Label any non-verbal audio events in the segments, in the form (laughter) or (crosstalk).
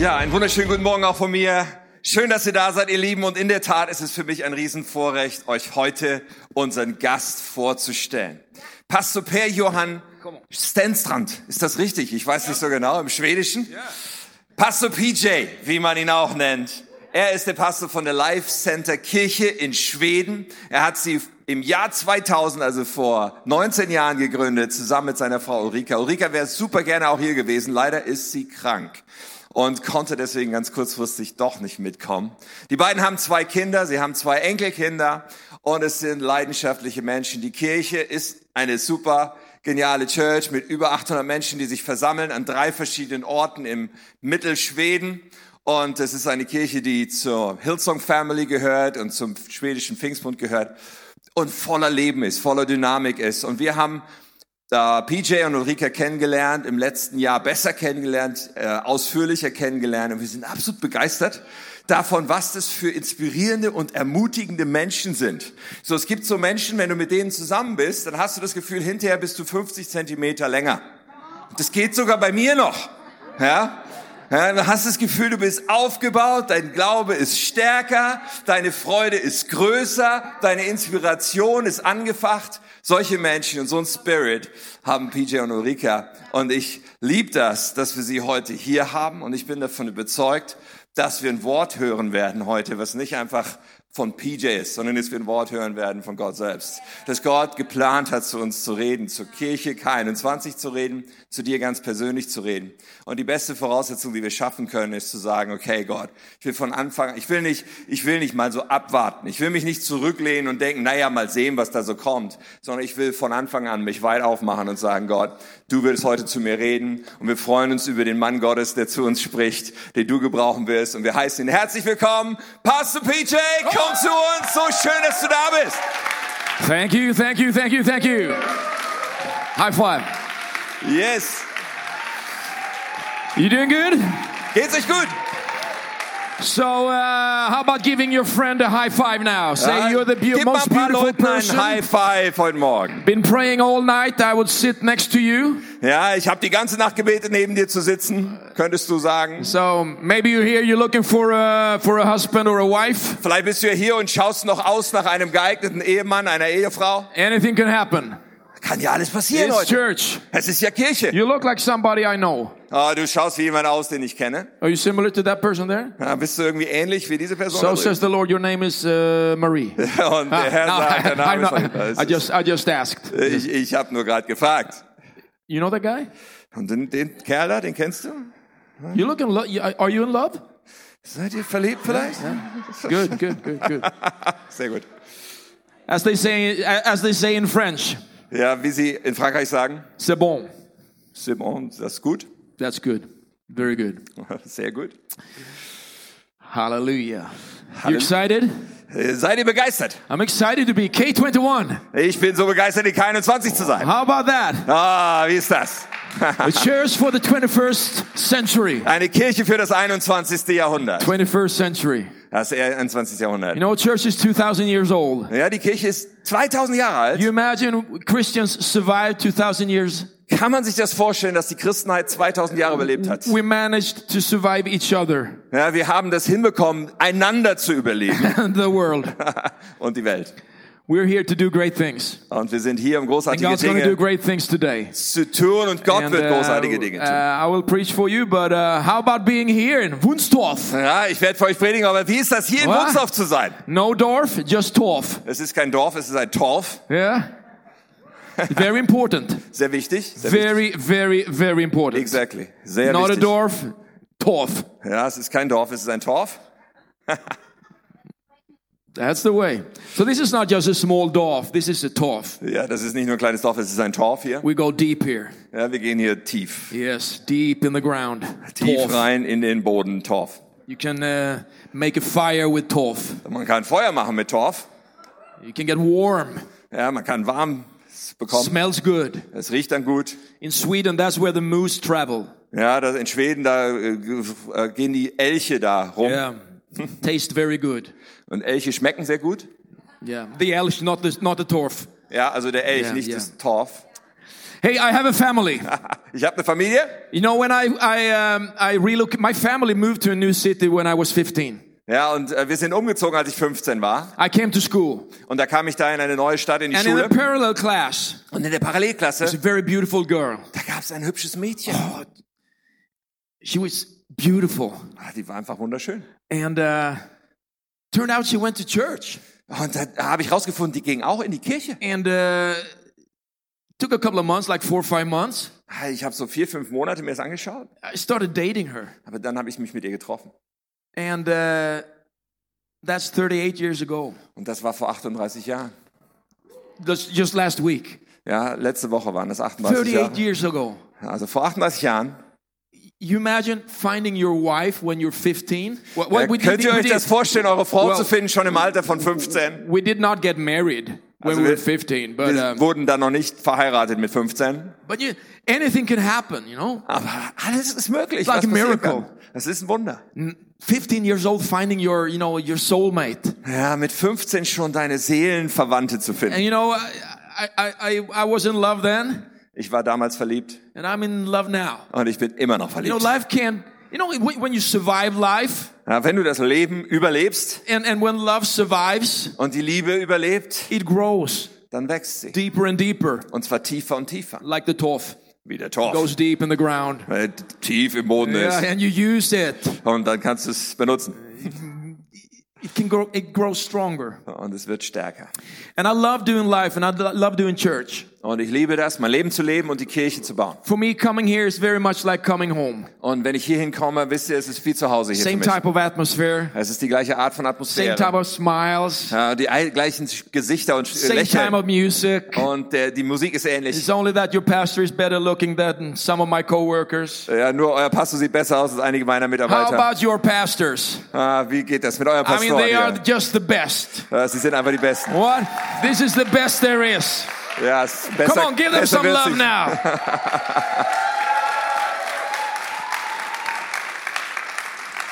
Ja, einen wunderschönen guten Morgen auch von mir. Schön, dass ihr da seid, ihr Lieben. Und in der Tat ist es für mich ein Riesenvorrecht, euch heute unseren Gast vorzustellen. Pastor Per Johann Stenstrand. Ist das richtig? Ich weiß nicht so genau. Im Schwedischen? Pastor PJ, wie man ihn auch nennt. Er ist der Pastor von der Life Center Kirche in Schweden. Er hat sie im Jahr 2000, also vor 19 Jahren gegründet, zusammen mit seiner Frau Ulrika. Ulrika wäre super gerne auch hier gewesen. Leider ist sie krank und konnte deswegen ganz kurzfristig doch nicht mitkommen. Die beiden haben zwei Kinder, sie haben zwei Enkelkinder und es sind leidenschaftliche Menschen. Die Kirche ist eine super geniale Church mit über 800 Menschen, die sich versammeln an drei verschiedenen Orten im Mittelschweden. Und es ist eine Kirche, die zur Hillsong Family gehört und zum schwedischen Pfingstbund gehört und voller Leben ist, voller Dynamik ist. Und wir haben da PJ und Ulrika kennengelernt, im letzten Jahr besser kennengelernt, äh, ausführlicher kennengelernt und wir sind absolut begeistert davon, was das für inspirierende und ermutigende Menschen sind. So, es gibt so Menschen, wenn du mit denen zusammen bist, dann hast du das Gefühl, hinterher bist du 50 Zentimeter länger. Das geht sogar bei mir noch. Ja? Ja, du hast das Gefühl, du bist aufgebaut, dein Glaube ist stärker, deine Freude ist größer, deine Inspiration ist angefacht. Solche Menschen und so ein Spirit haben PJ und Ulrika. Und ich liebe das, dass wir sie heute hier haben. Und ich bin davon überzeugt, dass wir ein Wort hören werden heute, was nicht einfach von PJ ist, sondern dass wir ein Wort hören werden von Gott selbst. Dass Gott geplant hat, zu uns zu reden, zur Kirche K21 zu reden, zu dir ganz persönlich zu reden. Und die beste Voraussetzung, die wir schaffen können, ist zu sagen, okay Gott, ich will von Anfang, ich will nicht, ich will nicht mal so abwarten. Ich will mich nicht zurücklehnen und denken, naja, mal sehen, was da so kommt, sondern ich will von Anfang an mich weit aufmachen und sagen, Gott, du willst heute zu mir reden und wir freuen uns über den Mann Gottes, der zu uns spricht, den du gebrauchen wirst. Und wir heißen ihn herzlich willkommen. Pastor PJ, komm zu uns. So schön, dass du da bist. Thank you, thank you, thank you, thank you. High five. Yes. You doing good? Geht's euch gut? So, uh, how about giving your friend a high five now? Say Ja, you're the be- Gib mal most ein paar beautiful Leuten person. einen High Five heute Morgen. Been praying all night. I would sit next to you. Ja, ich habe die ganze Nacht gebetet, neben dir zu sitzen, könntest du sagen. So maybe you're here. You're looking for a for a husband or a wife. Vielleicht bist du ja hier und schaust noch aus nach einem geeigneten Ehemann, einer Ehefrau. Anything can happen. Kann ja alles passieren It's heute. church. Es ist ja Kirche. You look like somebody I know. Ah, du schaust wie jemand aus, den ich kenne. Are you similar to that person there? Ja, bist du irgendwie ähnlich wie diese Person? da So drüben? says the Lord. Your name is uh, (laughs) Marie. (laughs) und der Herr (laughs) sagt, der I'm Name ist not, heute. I Es just I just asked. ist- Ich, ich habe nur gerade gefragt. You know that guy? Und den, den Kerl da, den kennst du? You looking? Lo- you- are you in love? Seid ihr verliebt vielleicht? Good, good, good, good. Sehr gut. (laughs) As they say, as they say in French, Ja, wie sie in Frankreich sagen, c'est bon. c'est bon, das ist gut. (laughs) That's good. Very good. Sehr gut. Hallelujah. You excited? Äh, Seid ihr begeistert? I'm excited to be K21. Ich bin so begeistert, die K21 zu sein. How about that? Ah, wie ist das? (laughs) A church for the 21st century. Eine Kirche für das 21. Jahrhundert. 21st century. Das 21. You Jahrhundert. know, church is 2,000 years old. Ja, die Kirche ist 2000 Jahre You alt. imagine Christians survived 2,000 years. Kann man sich das vorstellen, dass die Christenheit 2000 Jahre überlebt hat? We managed to survive each other (laughs) Ja, wir haben das hinbekommen, einander zu überleben and the world. und die Welt. We're here to do great things. Und wir sind hier, um And großartige God's going to do Dinge great things today. zu tun und Gott And, wird uh, großartige Dinge uh, tun. I will preach for you, but uh, how about being here in Wunstorf? Ja, ich werde für euch predigen, aber wie ist das hier in What? Wunstorf zu sein? No Dorf, just Torf. Es ist kein Dorf, es ist ein Torf. Yeah? Very important. Sehr wichtig. Sehr wichtig. Very, very, very important. Exactly. Sehr Not a wichtig. Dorf, Torf. Ja, es ist kein Dorf, es ist ein Torf. That's the way. So this is not just a small Dorf, this is a Torf. Ja, das ist nicht nur ein kleines Dorf, es ist ein Torf hier. We go deep here. Ja, wir gehen hier tief. Yes, deep in the ground. Tief Torf. rein in den Boden, Torf. You can uh, make a fire with Torf. Man kann Feuer machen mit Torf. You can get warm. Ja, man kann warm bekommen. Smells good. Es riecht dann gut. In Sweden, that's where the moose travel. Ja, das, in Schweden, da äh, gehen die Elche da rum. Yeah, taste very good. Und Elche schmecken sehr gut. Yeah, the Elch, not the not the Torf. Ja, also der Elch, Ja, nicht ja. das Torf. Hey, I have a family. Ich habe eine Familie. You know, when I I um, I relook, my family moved to a new city when I was 15. Ja, und äh, wir sind umgezogen, als ich 15 war. I came to school, Und da kam ich da in eine neue Stadt, in die and in a Schule. parallel class, ne, Und in der a Parallelklasse, Oh. very beautiful girl. da gab es ein hübsches Mädchen. She was beautiful, Ah, die war einfach wunderschön. and uh, turned out she went to church Und da habe ich rausgefunden, die ging auch in die Kirche. and uh, took a couple of months, like four or five months. Ah, Ich habe so vier, fünf Monate mir das angeschaut. I started dating her, Aber dann habe ich mich mit ihr getroffen. and uh, that's 38 years ago. Und das war vor 38 Jahren. That's just last week. Ja, letzte Woche waren das 38 38 Jahre. years ago. Also vor 38 Jahren. You imagine finding your wife when you're 15? What, what Äh, we, did, könnt ihr we, euch das did, vorstellen, eure Frau Well- zu finden, schon im Alter von 15? we did not get married when Also we were wir- 15, but Wir um, wurden dann noch nicht verheiratet mit 15. but you, anything can happen, you know. Aber alles ist möglich. Like was a passieren miracle. kann. Das ist ein Wunder. 15 years old, finding your you know your soulmate, Ja, mit 15 schon deine Seelenverwandte zu finden. and you know I I I, I- I was in love then, Ich war damals verliebt and I'm in love now. und ich bin immer noch You know, verliebt. life can you know when when you survive life Ja, wenn du das Leben überlebst and and when love survives, und die Liebe überlebt, it grows dann wächst sie. deeper and deeper, Und zwar tiefer und tiefer. like the torf Wie der Torf. goes deep in the ground. Weil tief im Boden Yeah, ist. and you use it. Und dann kannst du es benutzen. it can grow it grows stronger Und es wird stärker. and i love doing life and i lo- love doing church Und ich liebe das, mein Leben zu leben und die Kirche zu bauen. for me coming here is very much like coming home Und wenn ich hier hinkomme, wisst ihr, es ist viel zu Hause hier same für mich. type of atmosphere Es ist die gleiche Art von same Atmosphäre. type of smiles Ja, die ei- gleichen Gesichter und same Lächeln. time of music Und der, die Musik ist ähnlich. it's only that your pastor is better looking than some of my coworkers Ja, nur euer Pastor sieht besser aus als einige meiner how Mitarbeiter. about your pastors Ah, wie geht das mit eurem i Pastor? mean they are Digga? just the best Ja, sie sind einfach die Besten. what this is the best there is Ja, es ist besser, come on give them besser some wird's love nicht. now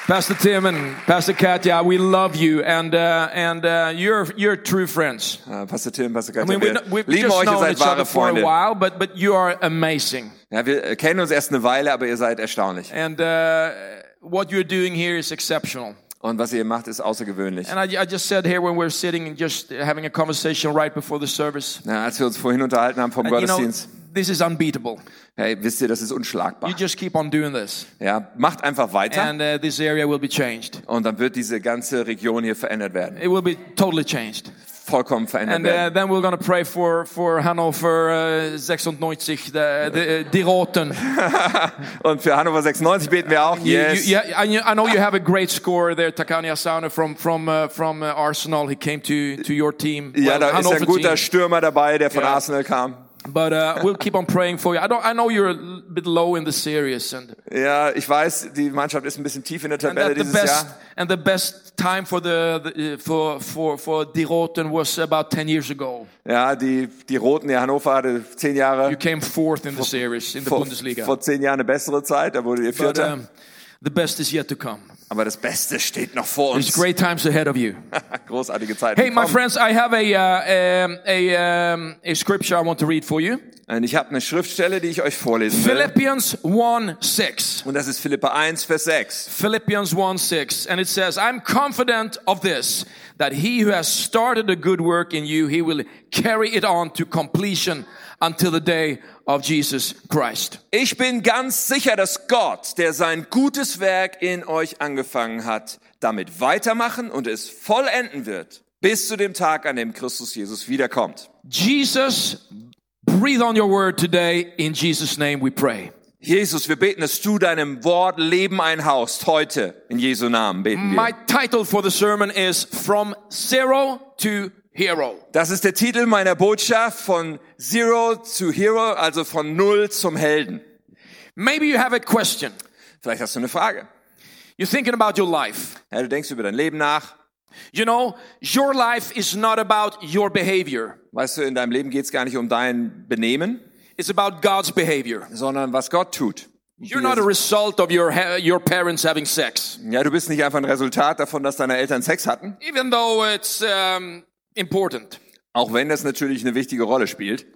Pastor Tim and Pastor Katya, we love you, and uh, and uh, you're you're true friends. Ah, Pastor Tim, Pastor I mean, Katja, we, wir we've lieben just euch, ihr known seid each wahre other for a Freunde. while, but but you are amazing, Ja, wir äh, kennen uns erst eine Weile, aber ihr seid erstaunlich. and uh, what you're doing here is exceptional. Und was ihr macht, ist außergewöhnlich. And I, I just said here when we we're sitting and just having a conversation right before the service, Ja, als wir uns vorhin unterhalten haben vom and you know, Gottesdienst, this is unbeatable. hey, wisst ihr, das ist You unschlagbar. just keep on doing this, Ja, macht einfach weiter and uh, this area will be changed. und dann wird diese ganze Region hier verändert werden. It will be totally changed. Vollkommen verändert And uh, werden. then we're going to pray for, for Hannover uh, 96, the, the, uh, die Roten. Und für Hannover 96 beten wir auch. äh, You- Yes. you- yeah, I, kn- I know you have a great scorer there, Takani Asano from, from, uh, from uh, Arsenal. He came to, to your team. Ja, well, da ist ja ein Hannover guter team. Stürmer dabei, der von Ja. Arsenal kam. But uh, we'll keep on praying for you. I, don't, I know you're a l- bit low in the series. And, Ja, ich weiß, die Mannschaft ist ein bisschen tief in der and, Tabelle that the dieses best, Jahr. and the best time for, the, the, uh, for, for, for die Roten was about 10 years ago. Ja, die, die Roten, ja, Hannover hatte zehn Jahre, You came fourth in the series in the vor, Bundesliga. vor zehn Jahren eine bessere Zeit, da wurde ihr but Vierter. um, the best is yet to come. Aber das Beste steht noch vor It's uns. great times ahead of you. (laughs) Großartige Zeit. Hey, my friends, I have a uh, um, a um, a scripture I want to read for you. Ich habe eine Schriftstelle, die ich euch vorlesen will. Philippians 1 6. Und das ist Philippa 1, Vers 6. Philippians 1 6. And it says, I'm confident of this, that he who has started a good work in you, he will carry it on to completion until the day of Jesus Christ. Ich bin ganz sicher, dass Gott, der sein gutes Werk in euch angefangen hat, damit weitermachen und es vollenden wird, bis zu dem Tag, an dem Christus Jesus wiederkommt. Jesus, breathe on your word today. In Jesus' name we pray. Jesus, wir beten, dass du deinem Wort Leben einhaust. Heute, in Jesu Namen, beten My wir. title for the sermon is From Zero to Hero. Das ist der Titel meiner Botschaft von Zero zu Hero, also von Null zum Helden. Maybe you have a question. Vielleicht hast du eine Frage. You're thinking about your life. Ja, du denkst über dein Leben nach. You know, your life is not about your behavior. Weißt du, in deinem Leben geht es gar nicht um dein Benehmen, It's about God's behavior. sondern was Gott tut. You're not a result of your ha- your parents having sex. Ja, du bist nicht einfach ein Resultat davon, dass deine Eltern Sex hatten, Even though it's um, important. auch wenn das natürlich eine wichtige Rolle spielt.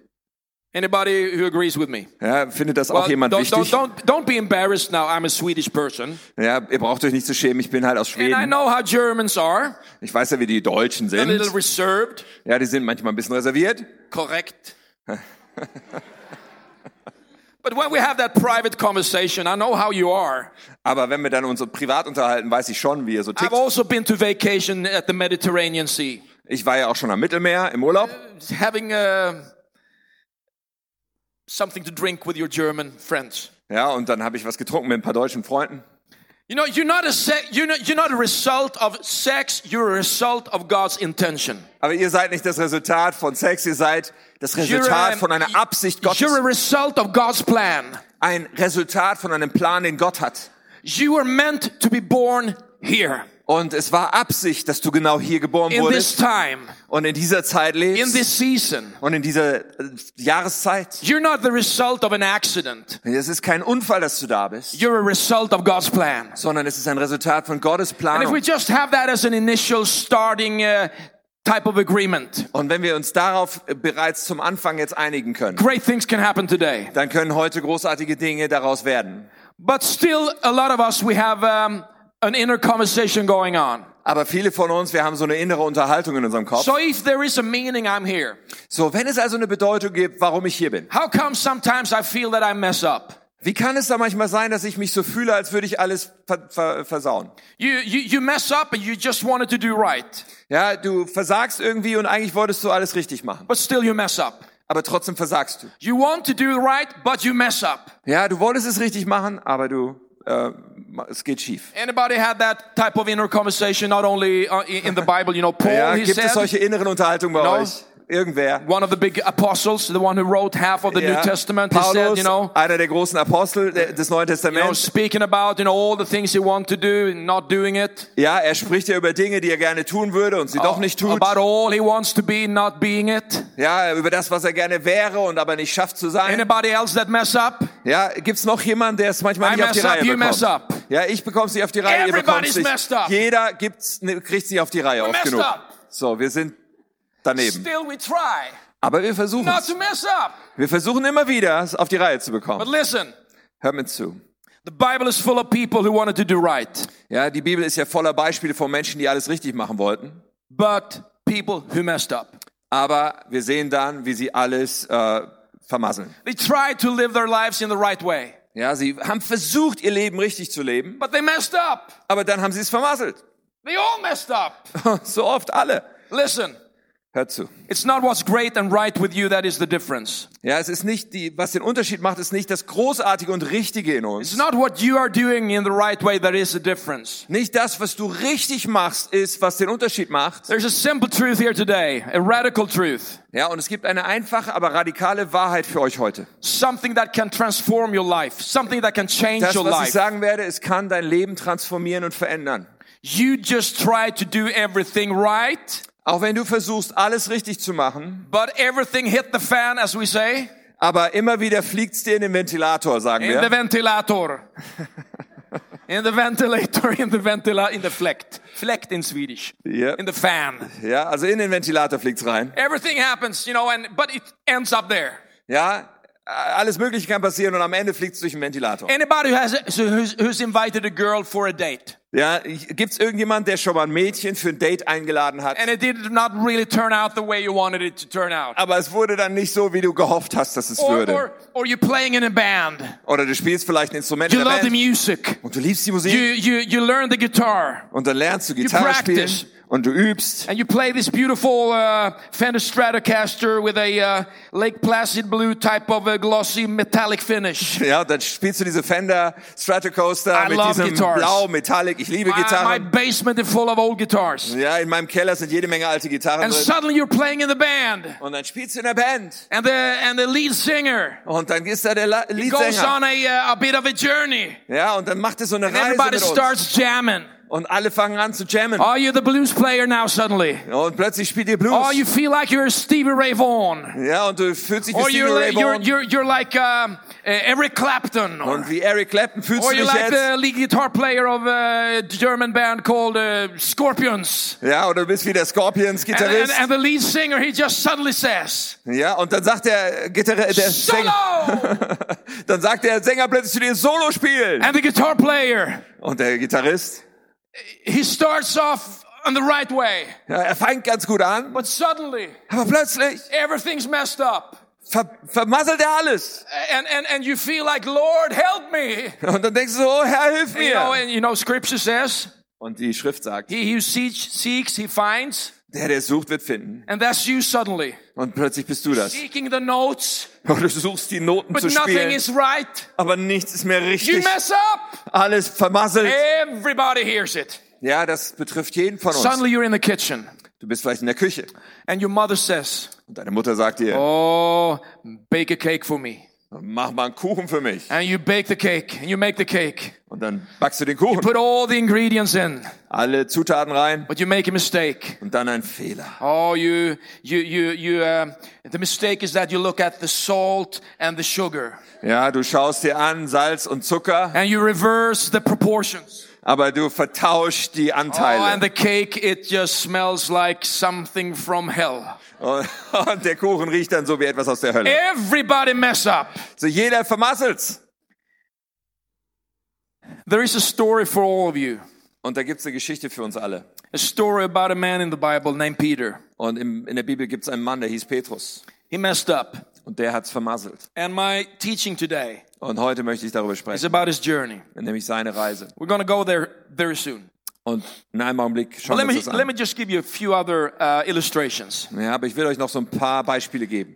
Anybody who agrees with me? Ja, findet das auch Well, jemand don't, wichtig? don't, don't, don't be embarrassed now. I'm a Swedish person. Ja, ihr braucht euch nicht zu schämen, ich bin halt aus And I Schweden. know how Germans are. Ich weiß ja, wie die Deutschen A little sind. reserved. Ja, die sind manchmal ein bisschen reserviert. Correct. (laughs) but when we have that private conversation, I know how you are. Aber wenn wir dann uns so privat unterhalten, weiß ich schon, wie ihr so tickt. I've also been to vacation at the Mediterranean Sea. Ich war ja auch schon am Mittelmeer im Urlaub. having uh, something to drink with your German friends. Ja, und dann habe ich was getrunken mit ein paar deutschen Freunden. You know, you're not a se- you're, not, you're not a result of sex. You're a result of God's intention. Aber ihr seid nicht das Resultat von Sex, ihr seid das Resultat von einer Absicht You're Gottes. a result of God's plan. Ein Resultat von einem Plan, den Gott hat. You were meant to be born here Und es war Absicht, dass du genau hier geboren in wurdest this time, und in dieser Zeit in lebst this season. und in dieser äh, Jahreszeit. You're not the result of an accident. Es ist kein Unfall, dass du da bist, You're a result of God's plan. sondern es ist ein Resultat von Gottes And if we Planung. just have that as an initial starting uh, type of agreement, Und wenn wir uns darauf äh, bereits zum Anfang jetzt einigen können, great things can happen today. dann können heute großartige Dinge daraus werden. But still, a lot of us, we have um, an inner conversation going on. Aber viele von uns, wir haben so eine innere Unterhaltung in unserem Kopf. So if there is a meaning, I'm here. So, wenn es also eine Bedeutung gibt, warum ich hier bin. How come sometimes I feel that I mess up? Wie kann es da manchmal sein, dass ich mich so fühle, als würde ich alles ver ver versauen? You, you, you mess up and you just wanted to do right, Ja, du versagst irgendwie und eigentlich wolltest du alles richtig machen. but still you mess up. Aber trotzdem versagst du. You want to do right, but you mess up. Ja, du wolltest es richtig machen, aber du, äh, es geht schief. Anybody had that type of inner conversation, not only uh, in in the Bible, you know, Paul, Ja, Oh, he gibt es said, solche inneren Unterhaltungen bei No. euch? Irgendwer? one of the big apostles, the one who wrote half of the Ja, New Testament, he Paulus, said, you know, einer der großen Apostel der- des Neuen you know, Testaments. speaking about, you know, all the things he wanted to do and not doing it. Ja, er spricht ja über Dinge, die er gerne tun würde und sie doch nicht tut. Oh, About all he wants to be, not being it. Ja, über das, was er gerne wäre und aber nicht schafft zu sein. Anybody else that mess up? Ja, gibt's noch jemanden, der es manchmal I nicht auf die mess up, Reihe you mess up. bekommt? Ja, ich bekomm's nicht auf die Reihe, ihr bekommt's Everybody's nicht. messed up. Jeder gibt's, ne, kriegt's nicht auf die Reihe oft messed genug. up. So, wir sind daneben. Still we try Aber wir versuchen not to mess up. Wir versuchen immer wieder, es auf die Reihe zu But bekommen. listen, Hör mir zu. the Bible is full of people who wanted to do right, Ja, die Bibel ist ja voller Beispiele von Menschen, die alles richtig machen wollten. but people who messed up. Aber wir sehen dann, wie sie alles äh, vermasseln. They tried to live their lives in the right way, Ja, sie haben versucht, ihr Leben richtig zu leben, but they messed up. aber dann haben sie es vermasselt. (laughs) They all messed up. So oft alle. listen, Hört zu. it's not what's great and right with you that is the difference. Ja, es ist nicht die, was den Unterschied macht, ist nicht das Großartige und Richtige in It's uns. not what you are doing in the right way that is the difference. Nicht das, was du richtig machst, ist, was den Unterschied macht. There's a simple truth here today, a radical truth. Ja, und es gibt eine einfache, aber radikale Wahrheit für euch heute. something that can transform your life, something that can change Das, your was ich life. sagen werde, es kann dein Leben transformieren und verändern. You just try to do everything right, Auch wenn du versuchst, alles richtig zu machen, but everything hit the fan, as we say, aber immer wieder fliegt's dir in den Ventilator, sagen in the wir. ventilator. in the ventilator, in the ventila, in the flecht. Flecht in Swedish. Ja. In the fan. Ja, also in den Ventilator fliegt's rein. Everything happens, you know, and but it ends up there. Ja, alles Mögliche kann passieren und am Ende fliegt's durch den Ventilator. Anybody who has so who's, who's invited a girl for a date Ja, gibt's irgendjemand, der schon mal ein Mädchen für ein Date eingeladen hat? and it did not really turn out the way you wanted it to turn out, aber es wurde dann nicht so, wie du gehofft hast, dass es or würde. or, or you're playing in a band. Oder du spielst vielleicht ein Instrument You in der love the Band music. und du liebst die Musik You, you, you learn the guitar. und dann lernst du Gitarre spielen practice. und du übst And you play this beautiful uh, Fender Stratocaster with a uh, Lake Placid blue type of a glossy metallic finish. ja, dann spielst du diese Fender Stratocaster I mit love diesem guitars. blau Metallic. Ich liebe My, my Gitarren. basement is full of old guitars. Ja, in meinem Keller sind jede Menge alte Gitarren And drin. suddenly you're playing in the band. Und dann spielst du in der Band And the, and the lead singer und dann ist da der La- goes Leadsänger. on a, uh, a bit of a journey. Ja, und dann macht er so eine And Reise everybody mit uns. starts jamming. Und alle fangen an zu jammen. Are you the blues player now suddenly? Und plötzlich spielt ihr Blues. Or Oh, you feel like you're Stevie Ray Vaughan? Ja, und du fühlst dich wie Or Stevie you're, Ray like- you're, Vaughan. you're, you're like um, uh, Eric Clapton? Or, Und wie Eric Clapton fühlst or du you're dich like jetzt. the lead guitar player of a German band called uh, Scorpions? Ja, oder du bist wie der And, and, Scorpions-Gitarrist. and the lead singer, he just suddenly says, Ja, und dann sagt der Gitarre, der Sänger, (laughs) Solo! dann sagt der Sänger plötzlich zu dir Solo spielen. and the guitar player, Und der Gitarrist, he starts off on the right way, ja, er fängt ganz gut an, but suddenly aber plötzlich everything's messed up. ver vermasselt er alles. And, and, and you feel like, Lord, help me. Und dann denkst du so, oh Herr, hilf You know, mir. and you know, scripture says, Und die Schrift sagt, he who seeks, seeks, he finds. der, der sucht, wird finden. And that's you suddenly. Und plötzlich bist du das. Seeking the notes, Und du suchst die Noten but zu nothing spielen, is right. aber nichts ist mehr You richtig. mess up. Alles vermasselt. Everybody hears it. Ja, das betrifft jeden von uns. Suddenly you're in the kitchen Du bist vielleicht in der Küche and your mother says, und deine Mutter sagt dir, Oh, bake a cake for me. mach mal einen Kuchen für mich. And you bake the cake and you make the cake. Und dann backst du den Kuchen, Put all the ingredients in, alle Zutaten rein but you make a mistake. und dann ein Fehler. Oh, you, you, you, you, um, the mistake is that you look at the salt and the sugar Ja, du schaust dir an Salz und Zucker, and you reverse the proportions. aber du vertauschst die Oh, and Anteile. the cake, it just smells like something from hell. Und, (laughs) und der Kuchen riecht dann so wie etwas aus der Äh. Hölle. Everybody mess up. So jeder vermasselt's. There is a story for all of you. Und da gibt's eine Geschichte für uns alle. A story about a man in the Bible named Peter. Und im, in der Bibel gibt's einen Mann, der hieß Petrus. He messed up. Und der hat's vermasselt. And my teaching today Und heute möchte ich darüber is sprechen, about his journey. nämlich seine Reise. We're going to go there very soon. Und in einem Augenblick But schauen let wir me, uns das let me an. just give you a few other uh, illustrations. Ja, aber ich will euch noch so ein paar Beispiele geben.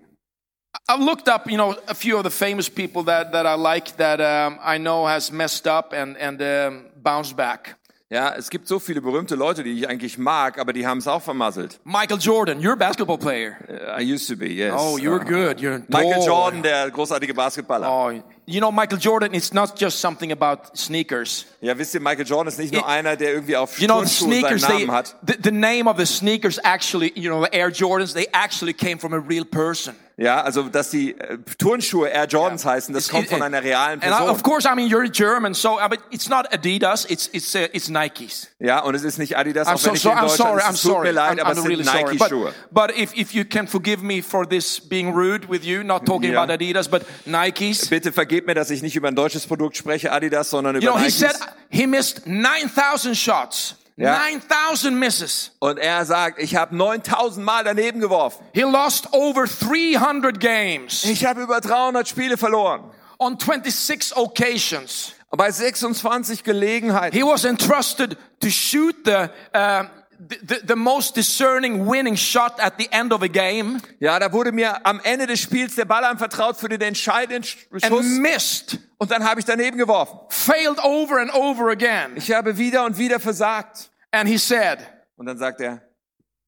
I've looked up, you know, a few of the famous people that, that I like that um, I know has messed up and, and um, bounced back. Ja, es gibt so viele berühmte Leute, die ich eigentlich mag, aber die haben's auch vermasselt. Uh, Michael Jordan, you're a basketball player. I used to be, yes. Uh, Oh, you were good. You're Michael tall. Jordan, der großartige Basketballer. Oh, you know, Michael Jordan, it's not just something about sneakers. Ja, wisst ihr, Michael Jordan ist nicht nur You- einer, der irgendwie auf You know, the Turnschuhen seinen sneakers, they, Namen hat. the, the name of the sneakers actually, you know, the Air Jordans, they actually came from a real person. Ja, also dass die äh, Turnschuhe Air Jordans heißen, das kommt von einer realen And I, of Person. course, I mean, you're German, so I mean, it's not Adidas, it's, it's, uh, it's Nikes. Ja, und es ist nicht Adidas, I'm auch wenn so ich sorry. in I'm Deutschland ist. Es sorry. I'm tut sorry. mir leid, I'm, aber es I'm sind really sorry. Nike-Schuhe. But, but if, if you can forgive me for this being rude with you, not talking Yeah. about Adidas, but Nikes. Bitte vergebt mir, dass ich nicht über ein deutsches Produkt spreche, Adidas, sondern You über know, he Nikes. said he missed 9,000 shots. Yeah. 9,000 misses. und er sagt, ich habe 9000 Mal daneben geworfen. He lost over 300 games Ich habe über 300 Spiele verloren. on 26 occasions. Bei 26 Gelegenheiten. He was entrusted to shoot the, uh, the, the, the most discerning winning shot at the end of a game Ja, da wurde mir am Ende des Spiels der Ball anvertraut für den entscheidenden Sch- Schuss. and missed. Und dann habe ich daneben geworfen. Failed over and over again. Ich habe wieder und wieder versagt. And he said, Und dann sagt er,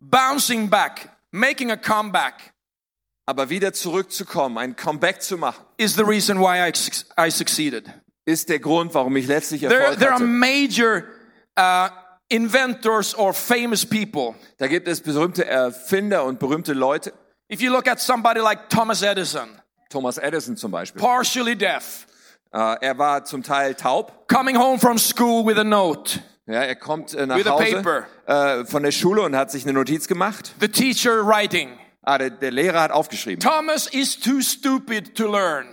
bouncing back, making a comeback aber wieder zurückzukommen, ein Comeback zu machen, is the reason why I, suc- I succeeded. ist der Grund, warum ich letztlich There, Erfolg there are hatte. major uh, inventors or famous people. Da gibt es berühmte Erfinder und berühmte Leute. If you look at somebody like Thomas Edison, Thomas Edison zum Beispiel. partially deaf, Äh, er war zum Teil taub. coming home from school with a note, Ja, er kommt äh, nach With a Hause paper. äh, von der Schule und hat sich eine Notiz gemacht. the teacher writing, Ah, der, der Lehrer hat aufgeschrieben. Thomas is too stupid to learn.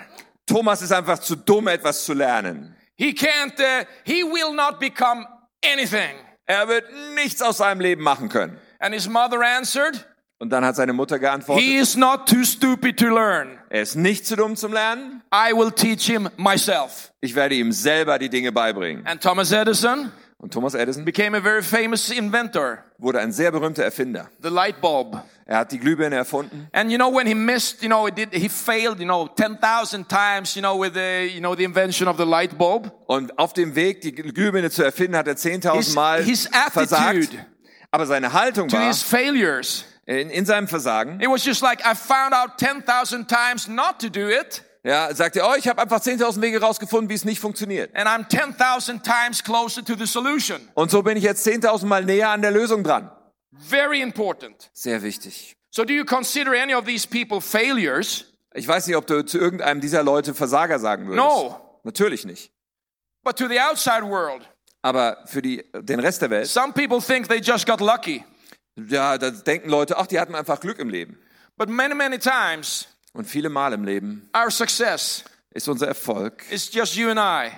Thomas ist einfach zu dumm, etwas zu lernen. He can't, uh, he will not become anything. Er wird nichts aus seinem Leben machen können. And his mother answered, Und dann hat seine Mutter geantwortet, He is not too stupid to learn. er ist nicht zu dumm zum Lernen. I will teach him myself. Ich werde ihm selber die Dinge beibringen. And Thomas Edison Und Thomas Edison became a very famous inventor, wurde ein sehr berühmter Erfinder. the light bulb. Er hat die Glühbirne erfunden. And you know when he missed, you know, it did, he failed, you know, 10,000 times, you know, with the, you know, the invention of the light bulb. Und auf dem Weg, die Glühbirne zu erfinden, hat er 10.000 His, Mal his versagt. attitude Aber seine Haltung to war, his failures, in, in seinem Versagen, it was just like, I found out 10,000 times not to do it. Ja, sagt er, oh, ich habe einfach 10.000 Wege rausgefunden, wie es nicht funktioniert. and I'm 10,000 times closer to the solution. Und so bin ich jetzt 10.000 Mal näher an der Lösung dran. Very important. Sehr wichtig. So, do you consider any of these people failures? Ich weiß nicht, ob du zu irgendeinem dieser Leute Versager sagen würdest. No. Natürlich nicht. But to the outside world, Aber für die, den Rest der Welt, some people think they just got lucky. ja, da denken Leute, ach, die hatten einfach Glück im Leben. But many, many times, Und viele Mal im Leben our success ist unser Erfolg. is just you and I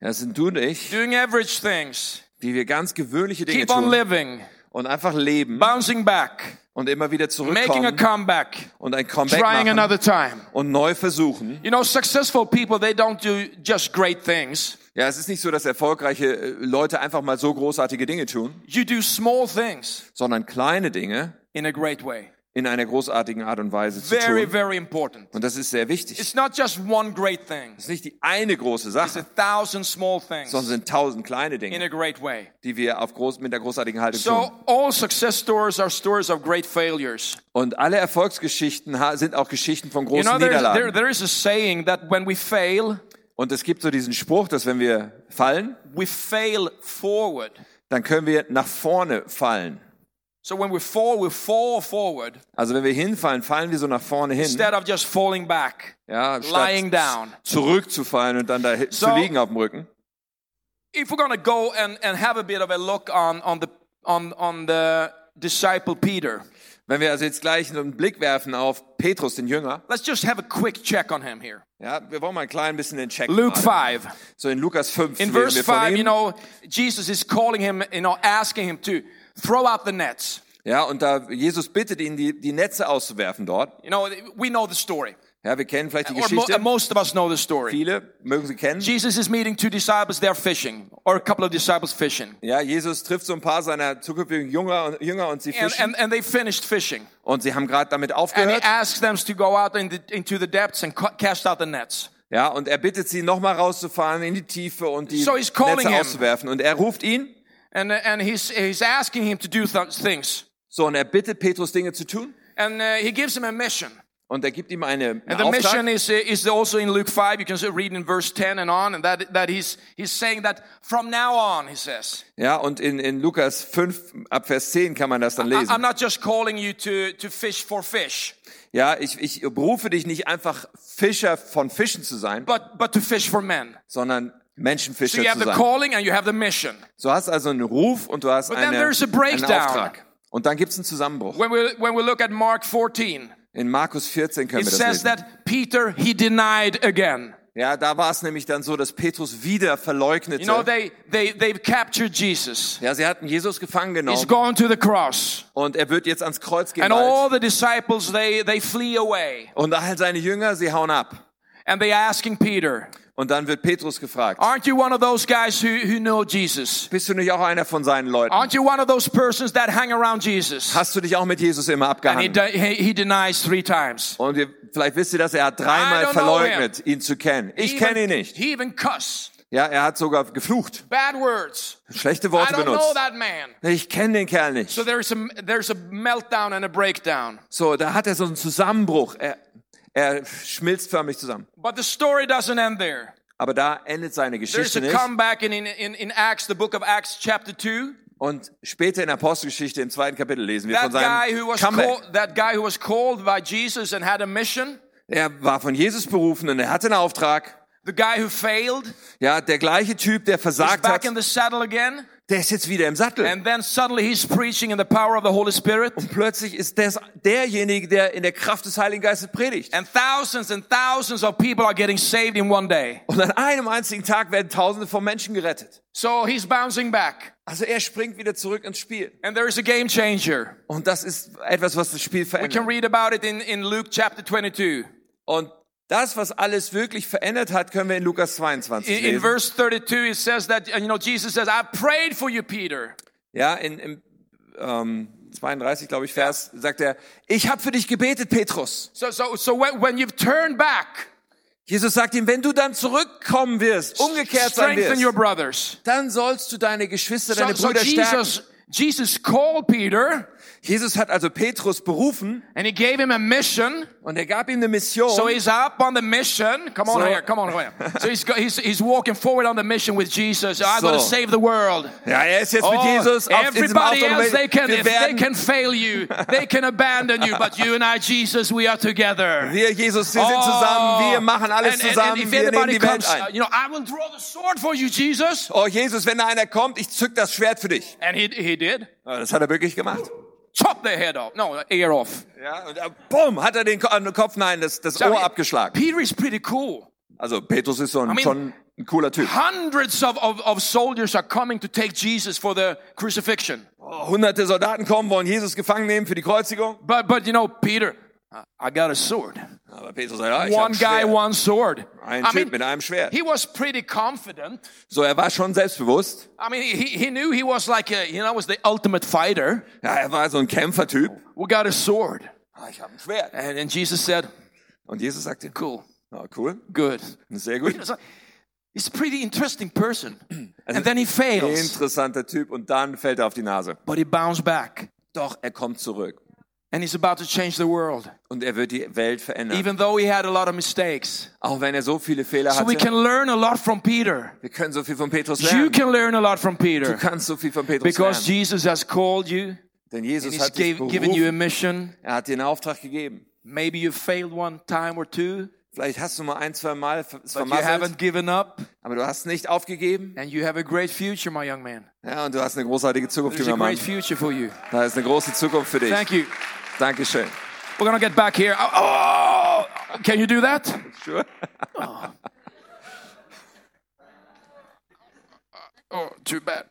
Ja, Das sind du und ich, doing average things, die wir ganz gewöhnliche Dinge keep on tun living, und einfach leben bouncing back, und immer wieder making a zurückkommen comeback, und ein Comeback trying machen another time. und neu versuchen. You know, successful people, they don't do just great things. Ja, es ist nicht so, dass erfolgreiche äh, Leute einfach mal so großartige Dinge tun, You do small things sondern kleine Dinge in a great way. in einer großartigen Art und Weise zu Very, tun. very important. Und das ist sehr wichtig. Es It's not just one great thing. ist nicht die eine große It's a Sache, thousand small things sondern es sind tausend kleine in Dinge, a great way. die wir auf groß, mit der großartigen Haltung So tun. all success stories are stories of great failures. Und alle Erfolgsgeschichten ha- sind auch Geschichten von You großen know, there's, there, Niederlagen. there is a saying that when we fail, Und es gibt so diesen Spruch, dass wenn wir fallen, we fail forward. dann können wir nach vorne fallen. So when we fall, we fall forward Also wenn wir hinfallen, fallen wir so nach vorne hin, instead of just falling back. ja, statt lying down. zurückzufallen und dann da hi- So- zu liegen auf dem Rücken. If we're gonna go and, and have a bit of a look on, on the on on the disciple Peter, Wenn wir also jetzt gleich einen Blick werfen auf Petrus, den Jünger, let's just have a quick check on him here. ja, wir wollen mal ein klein bisschen den Check Luke machen. five. So in Lukas 5 In lesen verse wir von 5, ihm. you know, Jesus is calling him, you know, asking him to throw out the nets. ja, und da Jesus bittet ihn, die, die Netze auszuwerfen dort. You know, we know the story. Ja, wir kennen vielleicht die Or mo- Geschichte. most of us know the story. Viele mögen sie kennen. Jesus is meeting two disciples, they're fishing, or a couple of disciples fishing. Ja, Jesus trifft so ein paar seiner zukünftigen Jünger und, Jünger und sie And, fischen. and, and they finished fishing. und sie haben gerade damit And he aufgehört. asks them to go out in the, into the depths and ca- cast out the nets. Ja, und er bittet sie nochmal rauszufahren in die Tiefe und die So he's calling Netze him. auszuwerfen. Und er ruft ihn. And, and he's, he's asking him to do th- things. So, und er bittet Petrus Dinge zu tun. And uh, he gives him a mission. Und er gibt ihm eine, And einen the Auftrag. mission is, is also in Luke 5. You can see- read in verse 10 and on. And that, that he's, he's saying that from now on, he says, Ja, und in, in Lukas 5 ab Vers 10 kann man das dann I- lesen. I'm not just calling you to, to fish for fish, ja, ich, ich berufe dich nicht einfach Fischer von Fischen zu sein, but, but to fish for men. sondern So Menschenfischer you have zu the sein. calling and you have the mission. So hast also einen Ruf und du hast then eine, there's a einen breakdown. Auftrag. Und dann gibt's einen Zusammenbruch. When we, when we look at Mark 14, In Markus 14 können it wir das says lesen. that Peter, he denied again. ja, da war es nämlich dann so, dass Petrus wieder verleugnete. You know, they, they, they've captured Jesus. ja, sie hatten Jesus gefangen He's genommen gone to the cross. und er wird jetzt ans Kreuz And genagelt. all the disciples, they, they flee away. Und all seine Jünger, sie hauen ab. And they asking Peter, Und dann wird Petrus gefragt, aren't you one of those guys who, who know Jesus? bist du nicht auch einer von seinen Leuten? Aren't you one of those persons that hang around Jesus? Hast du dich auch mit Jesus immer And he, abgehangen? de- he, he denies three times. Und ihr, vielleicht wisst ihr, dass er hat I dreimal don't know verleugnet, ihn zu kennen. Ich He kenne ihn even- nicht. He even cuss. Ja, er hat sogar geflucht, Bad words. schlechte I Worte don't know benutzt. that man. Ich kenne den Kerl nicht. So there's a there's a meltdown and a breakdown. So, da hat er so einen Zusammenbruch. Er, er schmilzt förmlich zusammen. But the story doesn't end there. Aber da endet seine There's Geschichte a nicht. comeback in, in, in, in Acts, the book of Acts, chapter 2. Und später in Apostelgeschichte im zweiten Kapitel lesen wir That von guy who seinem was Comeback. called that guy who was called by Jesus and had a mission, Er war von Jesus berufen und er hatte einen Auftrag. the guy who failed, Ja, der gleiche Typ, der is versagt back hat, in the saddle again, der ist jetzt wieder im Sattel. and then suddenly he's preaching in the power of the Holy Spirit. Plötzlich ist das derjenige, der in der Kraft des Heiligen Geistes predigt. And thousands and thousands of people are getting saved in one day. Und an einem einzigen Tag werden Tausende von Menschen gerettet. So he's bouncing back. Also er springt wieder zurück ins Spiel. And there is a game changer. Und das ist etwas, was das Spiel We can verändert. read about it in, in Luke chapter 22. Und das, was alles wirklich verändert hat, können wir in Lukas 22 In, in lesen. verse 32, it says that, you know, Jesus says, I prayed for you, Peter. Ja, in, in ähm, 32, glaube ich, Vers, sagt er, ich habe für dich gebetet, Petrus. So, so, so when, when you've turned back, Jesus sagt ihm, wenn du dann zurückkommen wirst, umgekehrt sein strengthen your wirst, brothers. dann sollst du deine Geschwister, So, deine so Brüder stärken. Jesus, Jesus called Peter Jesus hat also Petrus berufen and he gave him a mission und Und er gab ihm eine Mission. So he's up on the mission. Come on So- here, come on here. So he's, go, he's, he's walking forward on the mission with Jesus. I'm So. going to save the world. ja, er ist jetzt mit Oh, Jesus auf diesem everybody Auto. else, they can, wir if they werden, can fail you, they can abandon you, but you and I, Jesus, we are together. wir, Jesus, wir sind zusammen. Wir machen alles Oh. and, zusammen. And, and if wir nehmen anybody die Welt comes, uh, ein. you know, I will draw the sword for you, Jesus. Oh, Jesus, wenn da einer kommt, ich zück das Schwert für dich. And he, he did. Ja, Das hat er wirklich gemacht. Chop their head off. No, ear off. Ja, und äh, bumm, hat er den Ko- an den Kopf, nein, das, das So, Ohr abgeschlagen. Peter is pretty cool. Also Petrus ist so ein, mean- schon ein cooler Typ. Hundreds of, of, of soldiers are coming to take Jesus for the crucifixion. Oh, hunderte Soldaten kommen, wollen Jesus gefangen nehmen für die Kreuzigung. But, but you know, Peter, I- I got a sword. Aber Petrus sagt, ah, ich One one guy, Schwert. one sword. Ein I Typ mean, mit einem Schwert. he was pretty confident. So, er war schon selbstbewusst. I mean, he, he knew he was like, a, you know, was the ultimate fighter. Ja, er war so ein Kämpfertyp. We got a sword. Ah, ich habe ein Schwert. And, and Jesus said, Und Jesus sagte, cool, oh, cool, good. sehr You know, gut. (laughs) so He's a pretty interesting person. And then he fails, Also, Interessanter Typ. Und dann fällt er auf die Nase. but he bounced back. Doch, er kommt zurück. And he's about to change the world, Und er wird die Welt verändern. even though he had a lot of mistakes. Auch wenn er so viele Fehler So we hatte. can learn a lot from Peter. Wir können so viel von Petrus You lernen. can learn a lot from Peter Du kannst so viel von Petrus because lernen. Jesus has called you. Denn Jesus He's hat dich gave, given you a berufen. mission. Er hat dir einen Auftrag gegeben. Maybe you failed one time or two, Vielleicht hast du mal ein, zwei Mal es but you haven't vermasselt, given up, aber du hast nicht aufgegeben. and you have a great future, my young man. Ja, und du hast eine großartige Zukunft, There's a junger Mann. great future for you. Da ist eine große Zukunft für dich. Thank you. Dankeschön. We're gonna get back here. Oh, oh, can you do that? Sure. Oh, too bad.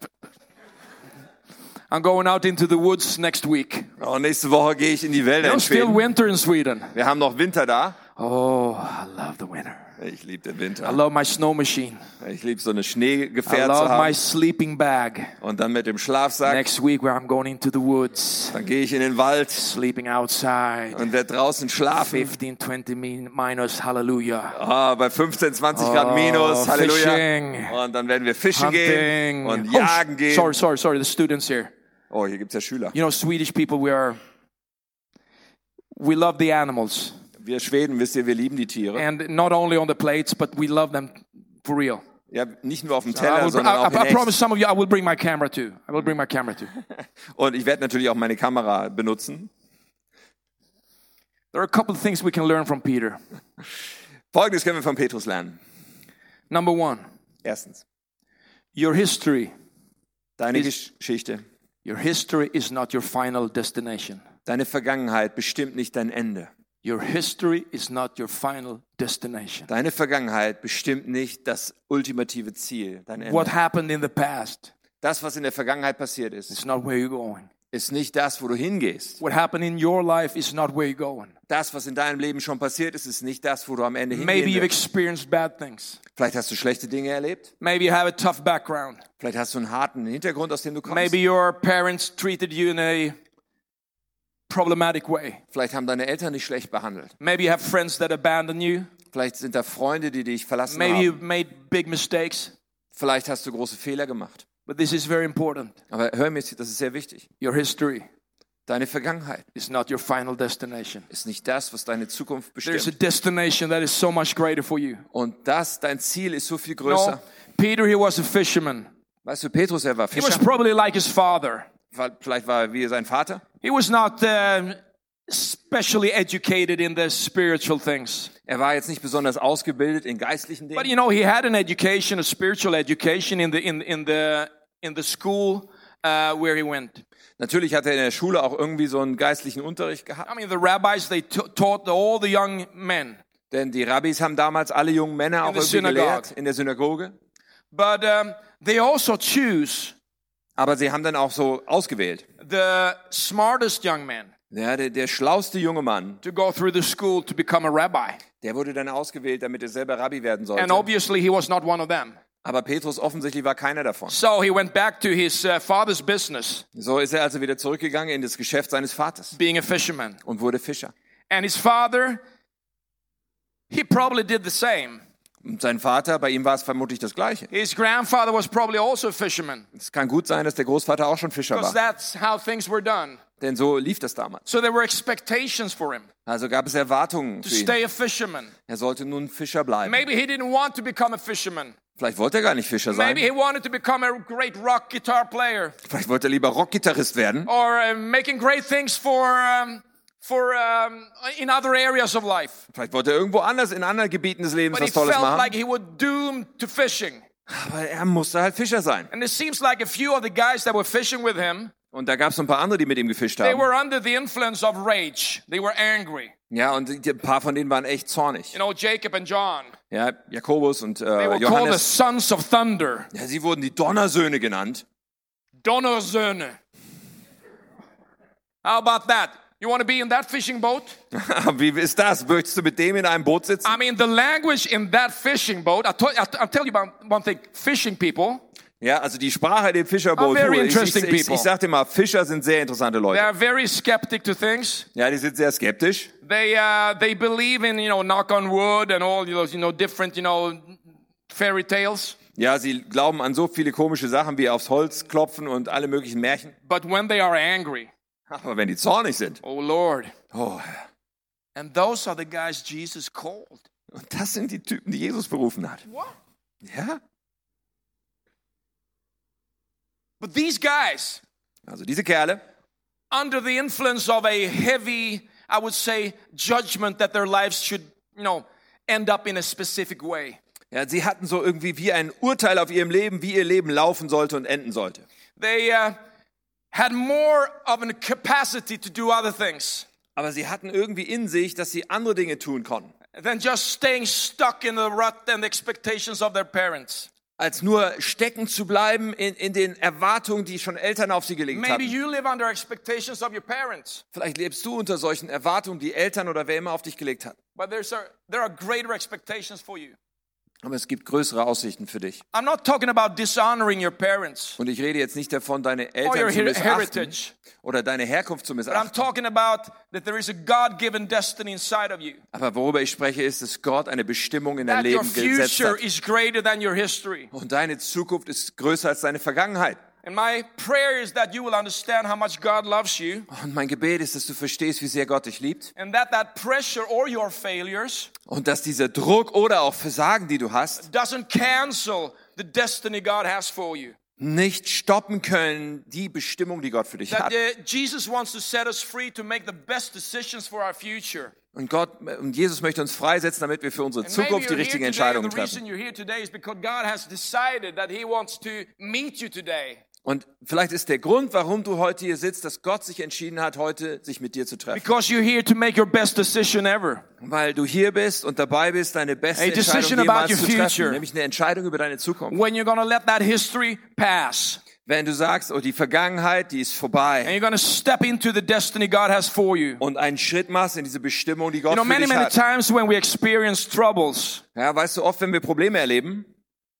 I'm going out into the woods next week. Oh, nächste Woche gehe ich in die Wälder in It's still Schweden. winter in Sweden. Wir haben noch Winter da. Oh, I love the winter. Ich liebe den I Winter. love my snow machine. Ich liebe so eine I Schneegefährt zu love my haben. sleeping bag. Und dann mit dem Schlafsack. Next week, where I'm going into the woods, Dann gehe ich in den Wald sleeping outside, und werde draußen schlafen. 15, 20 min- minus, hallelujah. Ah, bei 15, 20 Grad Oh, minus. Halleluja. fishing. Und dann werden wir fischen Hunting. gehen und Oh, jagen sh- sorry, gehen. sorry, sorry. The students here. Oh, hier gibt's ja Schüler. You know, Swedish people, we are, we love the animals, Wir Schweden, wisst ihr, wir lieben die Tiere. and not only on the plates, but we love them for real. Ja, nicht nur auf dem I, Teller, will- sondern I- auch in I- I echt. Ah, promise some of you, I will bring my camera too. I will bring my camera too. Und ich werde natürlich auch meine Kamera benutzen. There are a couple of things we can learn from Peter. Folgendes können wir von Petrus lernen. Number one, Erstens, your history. deine Ist- Geschichte, Your history is not your final destination. deine Vergangenheit bestimmt nicht dein Ende. Your history is not your final destination. Deine Vergangenheit bestimmt nicht das ultimative Ziel, dein Ende. What happened in the past Das, was in der Vergangenheit passiert ist, is not where you're going. ist nicht das, wo du hingehst. What happened in your life is not where you're going. Das, was in deinem Leben schon passiert ist, ist nicht das, wo du am Ende Maybe hingehen you've willst. experienced bad things. Vielleicht hast du schlechte Dinge erlebt. Maybe you have a tough background. Vielleicht hast du einen harten Hintergrund, aus dem du kommst. Maybe your parents treated you in a problematic way. Vielleicht haben deine Eltern dich schlecht behandelt. Maybe you have friends that abandon you. Vielleicht sind da Freunde, die dich verlassen Maybe haben. you've made big mistakes. Vielleicht hast du große Fehler gemacht. But this is very important. Aber hör mir, das ist sehr wichtig. Your history Deine Vergangenheit is not your final destination. ist nicht das, was deine Zukunft There's a bestimmt. destination that is so much greater for you. Und das, dein Ziel ist so viel größer. No, Peter, he was a fisherman. Weißt du, Petrus, er war He was Fischer. probably like his father. War- Vielleicht war er wie sein Vater. He was not uh, specially educated in the spiritual things. Er war jetzt nicht besonders ausgebildet in geistlichen But Dingen. you know, he had an education, a spiritual education in the in in the in the school uh, where he went. Natürlich hat er in der Schule auch irgendwie so einen geistlichen Unterricht gehabt. I mean, the rabbis they t- taught all the young men. Denn die Rabbis haben damals alle jungen Männer auch the irgendwie synagogue. gelehrt in der Synagoge. But um, they also choose Aber sie haben dann auch so ausgewählt. the smartest young man Ja, der, der schlauste junge Mann, to go through the school to become a rabbi. der wurde dann ausgewählt, damit er selber Rabbi werden And sollte. obviously, he was not one of them. Aber Petrus offensichtlich war keiner davon. So he went back to his uh, father's business, So ist er also wieder zurückgegangen in das Geschäft seines Vaters being a fisherman. und wurde Fischer. And his father, he probably did the same. Und sein Vater, bei ihm war es vermutlich das Gleiche. His grandfather was probably also a fisherman Es kann gut sein, dass der Großvater auch schon Fischer because war, that's how things were done. Denn so lief das damals. So there were expectations for him Also gab es Erwartungen to für ihn. stay a fisherman. Er sollte nun Fischer bleiben. Maybe he didn't want to become a fisherman. Vielleicht wollte er gar nicht Fischer Maybe sein. he wanted to become a great rock guitar player Vielleicht wollte er lieber Rockgitarrist werden or uh, making great things for, um, for um, in other areas of life. Vielleicht wollte er irgendwo anders in anderen Gebieten des Lebens But he was Tolles felt machen. like he was doomed to fishing. Aber er musste halt Fischer sein. And it seems like a few of the guys that were fishing with him, Und da gab es ein paar andere, die mit ihm gefischt they haben. were under the influence of rage. They were angry. Ja, und die- ein paar von denen waren echt zornig. You know, Jacob and John. Ja, Jakobus und They äh, were called the Johannes. sons of thunder. Ja, sie wurden die Donnersöhne genannt. (laughs) Donnersöhne. How about that? You want to be in that fishing boat? Wie ist das? Würdest du mit dem in einem Boot sitzen? I mean, the language in that fishing boat, I to- I t- I'll tell you about one thing. Fishing people, Ja, also die Sprache dem Are Fischerboot. very Ich, ich, interesting ich, people. ich sag dir mal, Fischer sind sehr interessante they Leute. are very skeptic to things. Ja, die sind sehr skeptisch. They, uh, they believe in, you know, knock on wood and all those, you know, different, you know, fairy tales. Ja, sie glauben an so viele komische Sachen wie aufs Holz klopfen und alle möglichen Märchen. But when they are angry, Aber wenn die zornig sind, oh Lord. oh, Herr. And those are the guys Jesus called. und das sind die Typen, die Jesus berufen hat. What? Ja, But these guys, also diese Kerle, under the influence of a heavy, I would say, judgment that their lives should, you know, end up in a specific way. ja, sie hatten so irgendwie wie ein Urteil auf ihrem Leben, wie ihr Leben laufen sollte und enden sollte. They uh, had more of a capacity to do other things Aber sie hatten irgendwie in sich, dass sie andere Dinge tun konnten, than just staying stuck in the rut and the expectations of their parents. als nur stecken zu bleiben in, in den Erwartungen, die schon Eltern auf sie gelegt Maybe haben. you live under expectations of your parents, Vielleicht lebst du unter solchen Erwartungen, die Eltern oder wer immer auf dich gelegt hat. but there's a, there are greater expectations for you. Aber es gibt größere Aussichten für dich. I'm not talking about dishonoring your parents Und ich rede jetzt nicht davon, deine or your Eltern zu her- missachten heritage. oder deine Herkunft zu But I'm missachten. talking about that there is a God given destiny inside of you. Aber worüber ich spreche, ist, dass Gott eine Bestimmung in dein That your Leben gesetzt future hat. is greater than your history. Und deine Zukunft ist größer als deine Vergangenheit. And my prayer is that you will understand how much God loves you Und mein Gebet ist, dass du verstehst, wie sehr Gott dich liebt and that that pressure or your failures und dass dieser Druck oder auch Versagen, die du hast, doesn't cancel the destiny God has for you. nicht stoppen können, die Bestimmung, die Gott für dich That hat. uh, Jesus wants to set us free to make the best decisions for our future. Und Gott und Jesus möchte uns freisetzen, damit wir für unsere And maybe Zukunft die you're here richtigen today, and Entscheidungen the treffen. reason you're here today is because God has decided that He wants to meet you today. Und vielleicht ist der Grund, warum du heute hier sitzt, dass Gott sich entschieden hat, heute sich mit dir zu treffen. Because you're here to make your best decision ever. Weil du hier bist und dabei bist, deine beste A decision Entscheidung about jemals your zu treffen, future. nämlich eine Entscheidung über deine Zukunft. when you're going to let that history pass Wenn du sagst, oh, die Vergangenheit, die ist and vorbei you're going to step into the destiny God has for you. und einen Schritt machst in diese Bestimmung, die You Gott know, für many, dich many hat. times when we experience troubles, Ja, weißt du, oft, wenn wir Probleme erleben,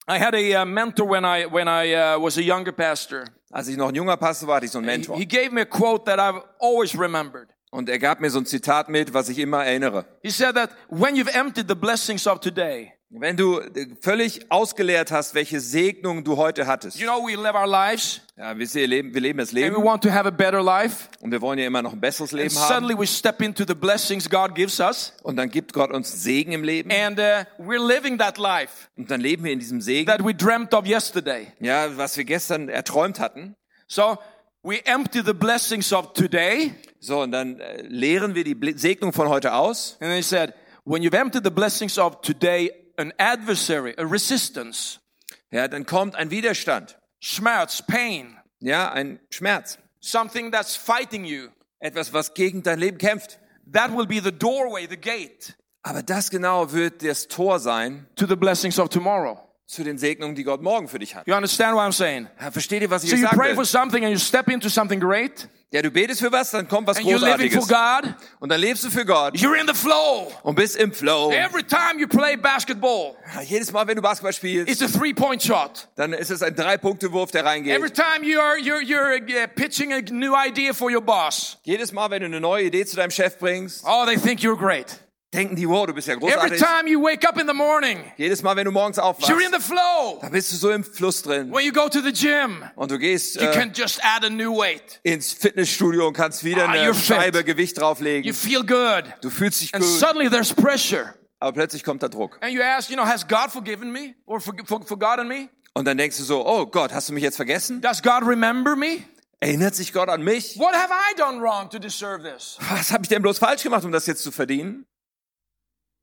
I had a uh, mentor when I, when I uh, was a younger pastor. als ich noch ein junger Pastor war, hatte ich so einen He, Mentor. Äh, he gave me a quote that I've always remembered. Und er gab mir so ein Zitat mit, was ich immer erinnere. He said that when you've emptied the blessings of today, Wenn du äh, völlig ausgeleert hast, welche Segnungen du heute hattest. you know, we live our lives Ja, wisst ihr, wir leben, wir leben das and Leben we want to have a better life. und wir wollen ja immer noch ein besseres And Leben haben. suddenly we step into the blessings God gives us Und dann gibt Gott uns Segen im Leben and uh, we're living that life und dann leben wir in diesem Segen, that we dreamt of yesterday. ja, was wir gestern erträumt hatten. So we empty the blessings of today. So, und dann äh, leeren wir die Bl- Segnung von heute aus. And he said, when you've emptied the blessings of today, an adversary, a resistance, Ja, dann kommt ein Widerstand, schmerz, pain, ja, ein Schmerz, something that's fighting you, etwas, was gegen dein Leben kämpft. that will be the doorway, the gate Aber das genau wird das Tor sein to the blessings of tomorrow. zu den Segnungen, die Gott morgen für dich hat. You understand what I'm saying? Ja, versteht ihr, was ich So euch you sagen pray will? for something and you step into something great Ja, du betest für was, dann kommt was and you're living for Großartiges. God. Und dann lebst du für Gott You're in the flow. und bist im Flow. Every time you play basketball, Ja, jedes Mal, wenn du Basketball spielst, it's a three point shot. dann ist es ein Drei-Punkte-Wurf, der Every reingeht. time you are, you're, you're uh, pitching a new idea for your boss, Jedes Mal, wenn du eine neue Idee zu deinem Chef bringst, oh, they think you're great. denken die, wow, du bist ja Every großartig. time you wake up in the morning, Jedes Mal, wenn du morgens you're aufwachst, in the flow. da bist du so im Fluss drin. When you go to the gym, Und du gehst you äh, can just add a new weight. ins Fitnessstudio und kannst wieder Ah, you're eine fit. Scheibe Gewicht You drauflegen. feel good. Du fühlst dich And gut, suddenly there's pressure. aber plötzlich kommt der Druck. And you ask, you know, has God forgiven me or forg- for- forgotten me? Und dann denkst du so, oh Gott, hast du mich jetzt vergessen? Does God remember me? Erinnert sich Gott an mich? What have I done wrong to deserve this? Was habe ich denn bloß falsch gemacht, um das jetzt zu verdienen?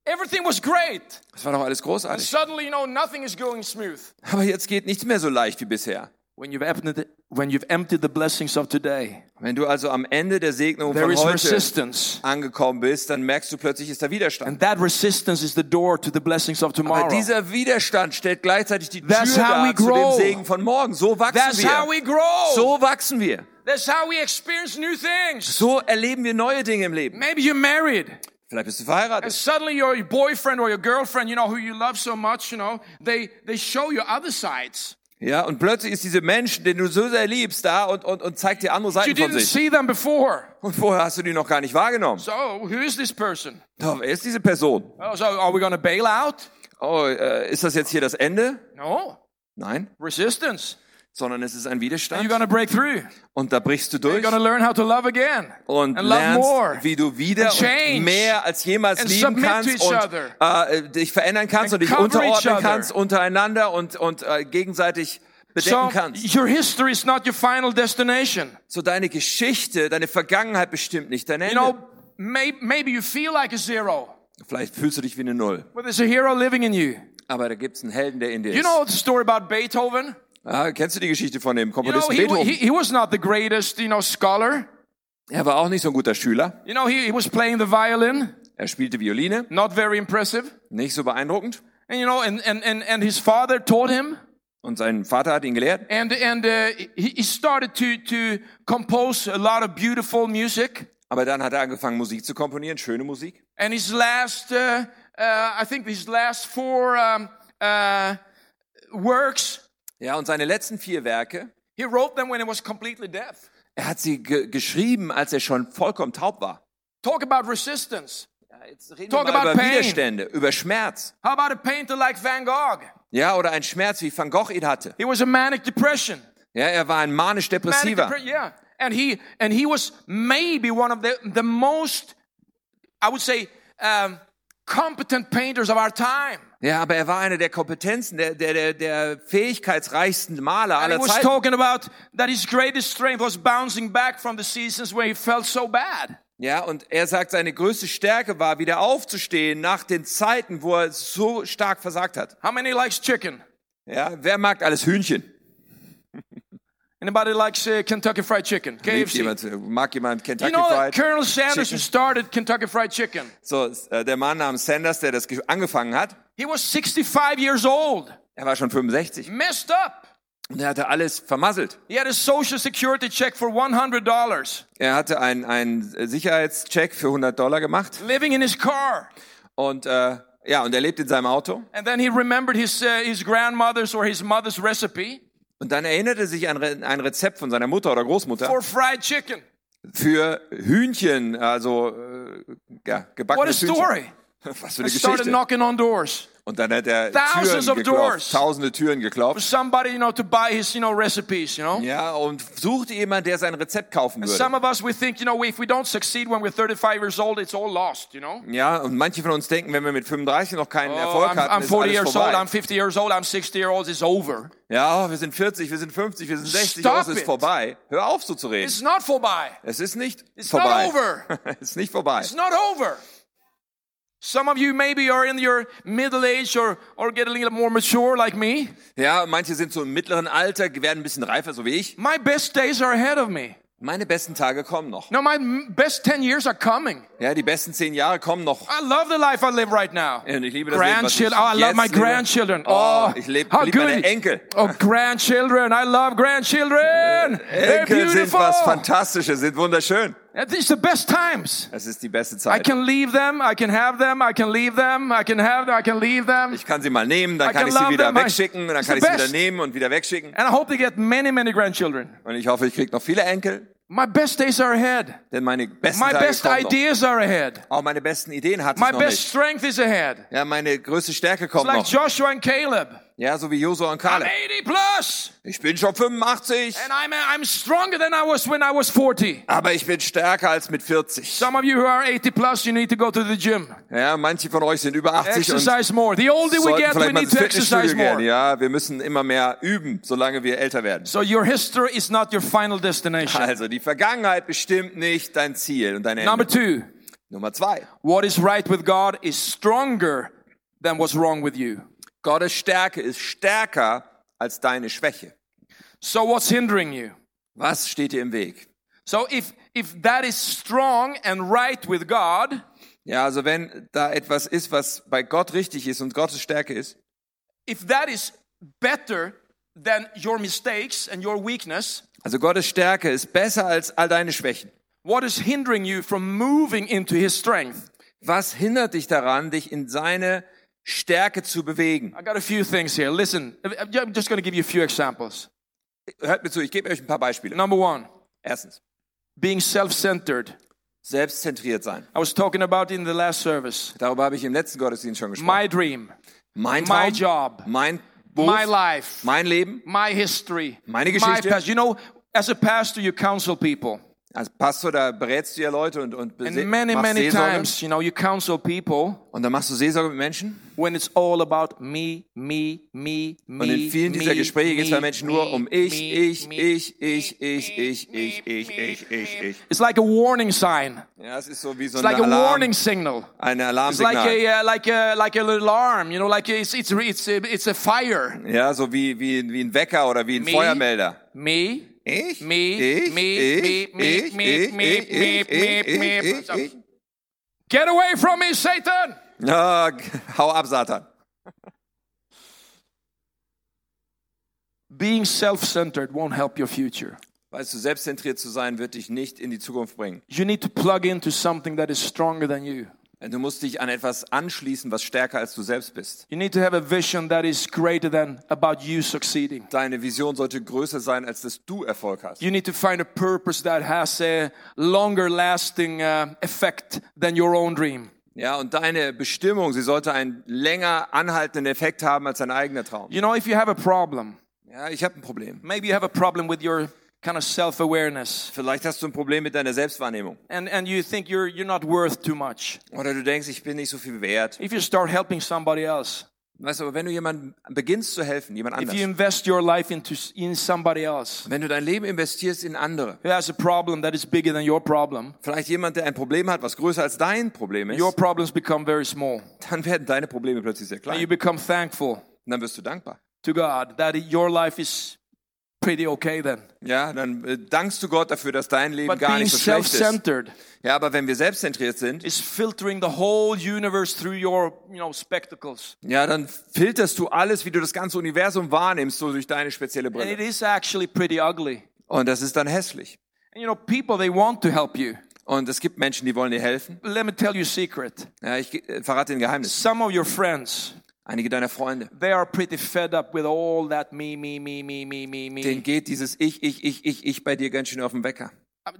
Everything was great. Das war doch alles großartig. Suddenly, you know, nothing is going smooth. Aber jetzt geht nichts mehr so leicht wie bisher. When you've emptied, when you've emptied the blessings of today, Wenn du also am Ende der Segnung there von is heute resistance. angekommen bist, dann merkst du plötzlich, ist da Widerstand. And that resistance is the door to the blessings of Aber tomorrow. dieser Widerstand stellt gleichzeitig die Tür That's how dar we zu dem grow. Segen von morgen. So wachsen That's how wir. we grow. So wachsen wir. That's how we experience new things. So erleben wir neue Dinge im Leben. Maybe you're married. Vielleicht bist du And verheiratet. suddenly your boyfriend or your girlfriend, you know, who you love so much, you know, they, they show you other sides. Ja, und plötzlich ist diese Mensch, den du so sehr liebst, da und, und, und zeigt dir andere You Seiten von didn't sich. see them before. Und vorher hast du die noch gar nicht wahrgenommen. So who is this person? Doch, wer ist diese Person? Oh, so are we going to bail out? Oh, äh, ist das jetzt hier das Ende? No. Nein, Resistance. sondern es ist ein You're Widerstand. going to break through. Und da brichst du You're durch going to learn how to love again. und and love more. lernst, wie du wieder And change. und mehr als jemals And lieben submit to kannst each und other. äh, äh, dich verändern kannst And und dich cover each unterordnen other. kannst untereinander und, und äh, gegenseitig bedenken So kannst. your history is not your final destination. So deine Geschichte, deine Vergangenheit bestimmt nicht dein You Ende. know, may, maybe you feel like a zero, Vielleicht fühlst du dich wie eine Null, but there's a hero living in you. aber da gibt's einen Helden, der in dir You ist. know the story about Beethoven? Ah, kennst du die Geschichte von dem You know, Komponisten he, wa- Beethoven? he, he was not the greatest, you know, scholar. er war auch nicht so ein guter Schüler. You know, he, he was playing the violin, Er spielte Violine, not very impressive. nicht so beeindruckend. And you know, and, and, and, and his father taught him. Und sein Vater hat ihn gelehrt. And, and uh, he, he started to, to compose a lot of beautiful music. Aber dann hat er angefangen, Musik zu komponieren, schöne Musik. And his last, uh, uh, I think his last four um, uh, works, Ja, und seine letzten vier Werke, he wrote them when he was completely deaf. er hat sie ge geschrieben, als er schon vollkommen taub war. Talk about resistance. Ja, jetzt reden Talk wir mal about über pain. Widerstände, über Schmerz. How about a painter like Van Gogh? Ja, oder ein Schmerz, wie Van Gogh ihn hatte. He was a manic depression. Ja, er war ein Manic manisch-depressiver. depre- yeah. And he and he was maybe one of the the most, I would say, um, competent painters of our time. Ja, aber er war einer der Kompetenzen, der, der, der, der fähigkeitsreichsten Maler And he aller was Zeiten. talking about that his greatest strength was bouncing back from the seasons where he felt so bad. Ja, und er sagt, seine größte Stärke war, wieder aufzustehen nach den Zeiten, wo er so stark versagt hat. How many likes chicken? Ja, wer mag alles Hühnchen? Anybody likes uh, Kentucky Fried Chicken? Liebt KFC. jemand, äh, mag jemand You Kentucky know Fried? that Colonel Sanders who Chicken. started Kentucky Fried Chicken. So, äh, der Mann namens Sanders, der das ge- angefangen hat, He was 65 years old, er war schon 65 messed up. und er hatte alles vermasselt. He had a social security check for $100, Er hatte einen, einen Sicherheitscheck für 100 Dollar gemacht living in his car. und äh, ja, und er lebt in seinem Auto. And then he remembered his, uh, his grandmother's or his mother's recipe Und dann erinnerte er sich an Re ein Rezept von seiner Mutter oder Großmutter for fried chicken. für Hühnchen, also äh, ja, What a gebackenes Hühnchen. story. (laughs) Was für eine He started Geschichte. knocking on doors Und dann hat er Thousands of Türen doors. geklopft, tausende Türen for geklopft. somebody, you know, to buy his, you know, recipes, you know. Ja, und suchte jemand, der sein Rezept kaufen würde. Some of us, we think, you know, if we don't succeed when we're 35 years old, it's all lost, you know. Ja, und manche von uns denken, wenn wir mit 35 noch keinen Oh, Erfolg I'm, hatten, I'm ist 40 alles years old, vorbei. I'm 50 years old, I'm 60 years old, it's over. ja, oh, wir sind 40, wir sind 50, wir sind 60, Stop das ist it. vorbei. Hör auf so zu reden. It's not vorbei. es ist nicht It's vorbei. not over. (laughs) es ist nicht vorbei. It's not over. Some of you maybe are in your middle age or, or get a little more mature like me. Ja, manche sind so im mittleren Alter, werden ein bisschen reifer, so wie ich. My best days are ahead of me. Meine besten Tage kommen noch. No, my m- best 10 years are coming. Ja, die besten zehn Jahre kommen noch. I love the life I live right now. Ja, Und ich liebe das Leben, was ich Grandchildren. Oh, I love jetzt my lebe. grandchildren. Oh, Oh, ich lebe how lieb meine good. Enkel. Oh, grandchildren. I (laughs) love grandchildren. They're Enkel sind beautiful. was Fantastisches, sind wunderschön. That is the best times. Es ist die beste I Zeit. can leave them. I can have them. I can leave them. I can have them. I can leave them. Ich kann sie mal nehmen, dann I kann can ich sie love wieder them, I- wegschicken, und dann It's kann ich the sie wieder best. nehmen und wieder wegschicken. And I hope they get many, many grandchildren. Und ich hoffe, ich krieg noch viele Enkel. My best days are ahead. Denn meine besten My Tage best kommen noch. ideas are ahead. Auch meine besten Ideen hatte My ich noch best nicht. strength is ahead. Ja, meine größte Stärke kommt Like noch. Joshua and Caleb. Ja, so wie Josua und I'm Kale. 80 plus Ich bin schon 85, and I'm I'm stronger than I was when I was 40. aber ich bin stärker als mit 40. Some of you who are 80 plus, you need to go to the gym. Ja, manche von euch sind über 80 und Exercise more. The older we sollten get, we vielleicht mal need ins to Fitnessstudio exercise gehen. more. Ja, wir müssen immer mehr üben, solange wir älter werden. So your history is not your (laughs) final destination. Also, die Vergangenheit bestimmt nicht dein Ziel und dein Ende. Number two, Nummer zwei. what is right with God is stronger than what's wrong with you. Gottes Stärke ist stärker als deine Schwäche. So what's hindering you? Was steht dir im Weg? So if if that is strong and right with God, Ja, also wenn da etwas ist, was bei Gott richtig ist und Gottes Stärke ist, if that is better than your mistakes and your weakness, also Gottes Stärke ist besser als all deine Schwächen. what is hindering you from moving into his strength? Was hindert dich daran, dich in seine Stärke zu bewegen? I got a few things here. Listen, I'm just going to give you a few examples. Hört mir zu, ich gebe euch ein paar Beispiele. Number 1, Erstens, being self-centered. selbstzentriert sein. I was talking about in the last service. Darüber habe ich im letzten Gottesdienst schon gesprochen. My dream, mein my Traum, job, mein Beruf, my life, mein Leben. my history, Meine my Geschichte. past. You know, as a pastor, you counsel people. Als Pastor, da berätst du ja Leute und, und And bese- many, machst many Seelsorge. times, you know, you counsel people Und dann machst du Seelsorge mit Menschen. when it's all about me, me, me, me. Und in vielen me, dieser Gespräche geht es bei me, Menschen nur um me, ich, me, ich, me. ich, ich, ich, ich, ich, ich, ich, ich, ich. It's like a warning sign. Ja, es ist so wie so It's eine like a Alarm, warning signal. eine It's like Alarmsignal. a uh, like a like an alarm, you know, like it's it's it's a, it's a fire. Ja, so wie, wie, wie ein Wecker oder wie ein Me. Feuermelder. Me, Ich, Me, ich, me, ich, me, ich, me, ich, me, ich, me, ich, ich, me, me, ich, ich, ich. get away from me, Satan! Ah, (laughs) hau ab, Satan. Being self-centered won't help your future. Weißt du, selbstzentriert zu sein, wird dich nicht in die Zukunft bringen. You need to plug into something that is stronger than you. Du musst dich an etwas anschließen, was stärker als du selbst bist. You need to have a vision that is greater than about you succeeding. Deine Vision sollte größer sein, als dass du Erfolg hast. You need to find a purpose that has a longer lasting uh, effect than your own dream. Ja, und deine Bestimmung, sie sollte einen länger anhaltenden Effekt haben als dein eigener Traum. You know, if you have a problem, Ja, ich habe ein Problem. maybe you have a problem with your kind of self-awareness Vielleicht hast du ein Problem mit deiner Selbstwahrnehmung. and, and you think you're, you're not worth too much. Oder du denkst, ich bin nicht so viel wert. If you start helping somebody else, Weißt du, aber wenn du jemandem beginnst zu helfen, jemand if you anders, invest your life into in somebody else wenn du dein Leben investierst in andere, who has a problem that is bigger than your problem, vielleicht jemand, der ein Problem hat, was größer als dein Problem ist, your problems become very small. dann werden deine Probleme plötzlich sehr And klein. you become thankful Und dann wirst du dankbar. to God that your life is pretty okay then. Ja, dann äh, dankst du Gott dafür, dass dein Leben But gar being nicht so schlecht ist. self-centered Ja, aber wenn wir selbstzentriert sind, is filtering the whole universe through your, you know, spectacles. ja, dann filterst du alles, wie du das ganze Universum wahrnimmst, so durch deine spezielle And Brille. it is actually pretty ugly. Und das ist dann hässlich. And you know, people they want to help you. Und es gibt Menschen, die wollen dir helfen. Let me tell you a secret. Ja, ich äh, verrate dir ein Geheimnis. Some of your friends, Einige deiner Freunde, they are pretty fed up with all that me, me, me, me, me, me, me. denen geht dieses Ich, ich, ich, ich, ich bei dir ganz schön auf den Wecker. Uh,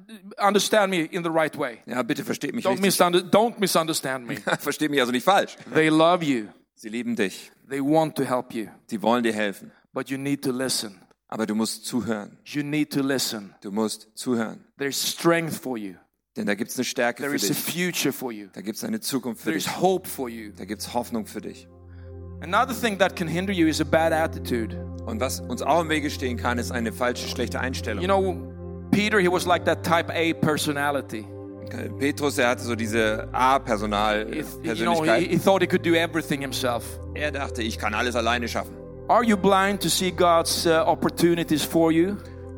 Understand me in the right way. Ja, bitte versteht mich Don't, richtig. misunder- don't misunderstand (laughs) me. (laughs) Versteht mich also nicht falsch. they love you. Sie lieben dich. They want to help you. Sie wollen dir helfen. But you need to listen. Aber du musst zuhören. You need to listen. Du musst zuhören. There's strength for you. Denn da gibt's eine Stärke There für is a dich. future for you. Da gibt's eine Zukunft für There is dich. hope for you. Da gibt's Hoffnung für dich. Another thing that can hinder you is a bad attitude. Und was uns auch im Wege stehen kann, ist eine falsche, schlechte Einstellung. You know, Peter, he was like that type A personality. Äh, Petrus, er hatte so diese He, you know, A-Personal-Persönlichkeit. he, he thought he could do everything himself. er dachte, ich kann alles alleine schaffen. Are you blind to see God's uh, opportunities for you?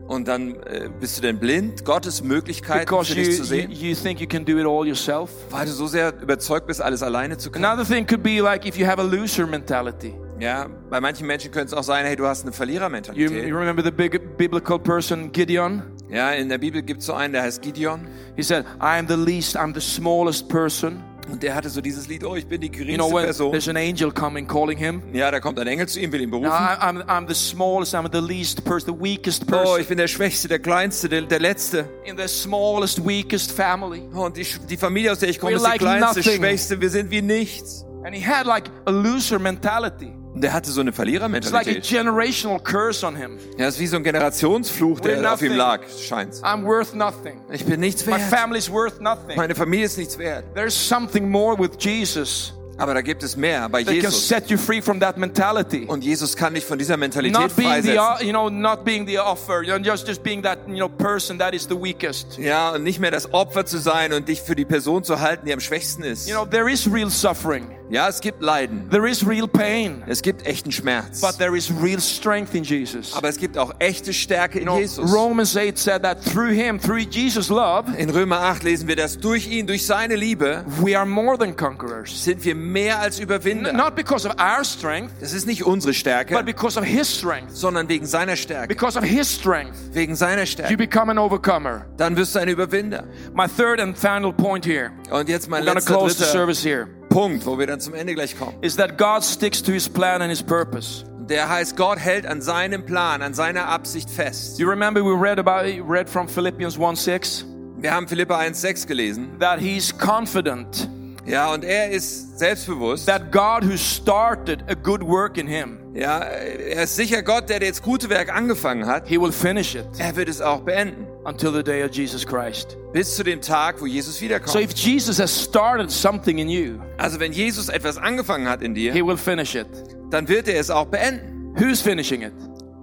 Und dann äh, bist du denn blind, Gottes Möglichkeiten Because für you, dich zu you, sehen, you think you can do it all yourself? weil du so sehr überzeugt bist, alles alleine zu können. Another thing could be like if you have a loser mentality. Ja, bei manchen Menschen könnte es auch sein, hey, du hast eine You, Verlierermentalität. you remember the big biblical person Gideon? Ja, in der Bibel gibt es so einen, der heißt Gideon. He said, I am the least, I'm the smallest person. Und der hatte so dieses Lied, oh, ich bin die You know, geringste when Person. there's an angel coming, calling him. Ja, da kommt ein Engel zu ihm, will ihn berufen. I, I'm, I'm the smallest, I'm the least person, the weakest Oh, person ich bin der Schwächste, der Kleinste, der, der Letzte. in the smallest, weakest family. Oh, und die, Sch- die Familie, aus der ich komme, We're ist die like Kleinste, nothing. Schwächste. Wir sind wie nichts. And he had like a loser mentality. Und der hatte so eine It's like a Verlierermentalität. generational curse on him. Ja, das ist wie so ein Generationsfluch, We're der auf nothing. Ah, ihm lag, scheint's. I'm worth nothing. Ich bin nichts My wert. family's worth nothing. Meine Familie ist nichts wert. There's something more with Jesus Aber da gibt es mehr bei that can Jesus. set you free from that mentality. Und Jesus kann dich von dieser Mentalität Not being the, freisetzen. o- you know, not being the offer, you know, just just being that, you know, person that is the weakest. Ja, und nicht mehr das Opfer zu sein und dich für die Person zu halten, die am schwächsten ist. You know, there is real suffering. Ja, es gibt Leiden. There is real pain, Es gibt echten Schmerz. but there is real strength in Jesus. Aber es gibt auch echte Stärke in You know, Jesus. Romans 8 said that through him, through Jesus' love, In Römer 8 lesen wir, dass durch ihn, durch seine Liebe, we are more than conquerors. sind wir mehr als Überwinder. Not because of our strength, Das ist nicht unsere Stärke, but because of his strength. sondern wegen seiner Stärke. Because of his strength, Wegen seiner you Stärke. become an overcomer. Dann wirst du ein Überwinder. My third and final point here, Und jetzt mein I'm gonna letzter close the dritter service here, Punkt, wo wir dann zum Ende gleich kommen. is that God sticks to his plan and his purpose. Der heißt, Gott hält an seinem Plan, an seiner Absicht fest. You remember we read about read from Philippians 1:6 Wir haben Philippa 1,6 gelesen. that he's confident Ja, und er ist selbstbewusst. that God who started a good work in him, Ja, er ist sicher Gott, der jetzt gute Werk angefangen hat. he will finish it Er wird es auch beenden. until the day of Jesus Christ. Bis zu dem Tag, wo Jesus So wiederkommt. if Jesus has started something in you, Also wenn Jesus etwas angefangen hat in dir, he will finish it. dann wird er es auch beenden. Who's finishing it?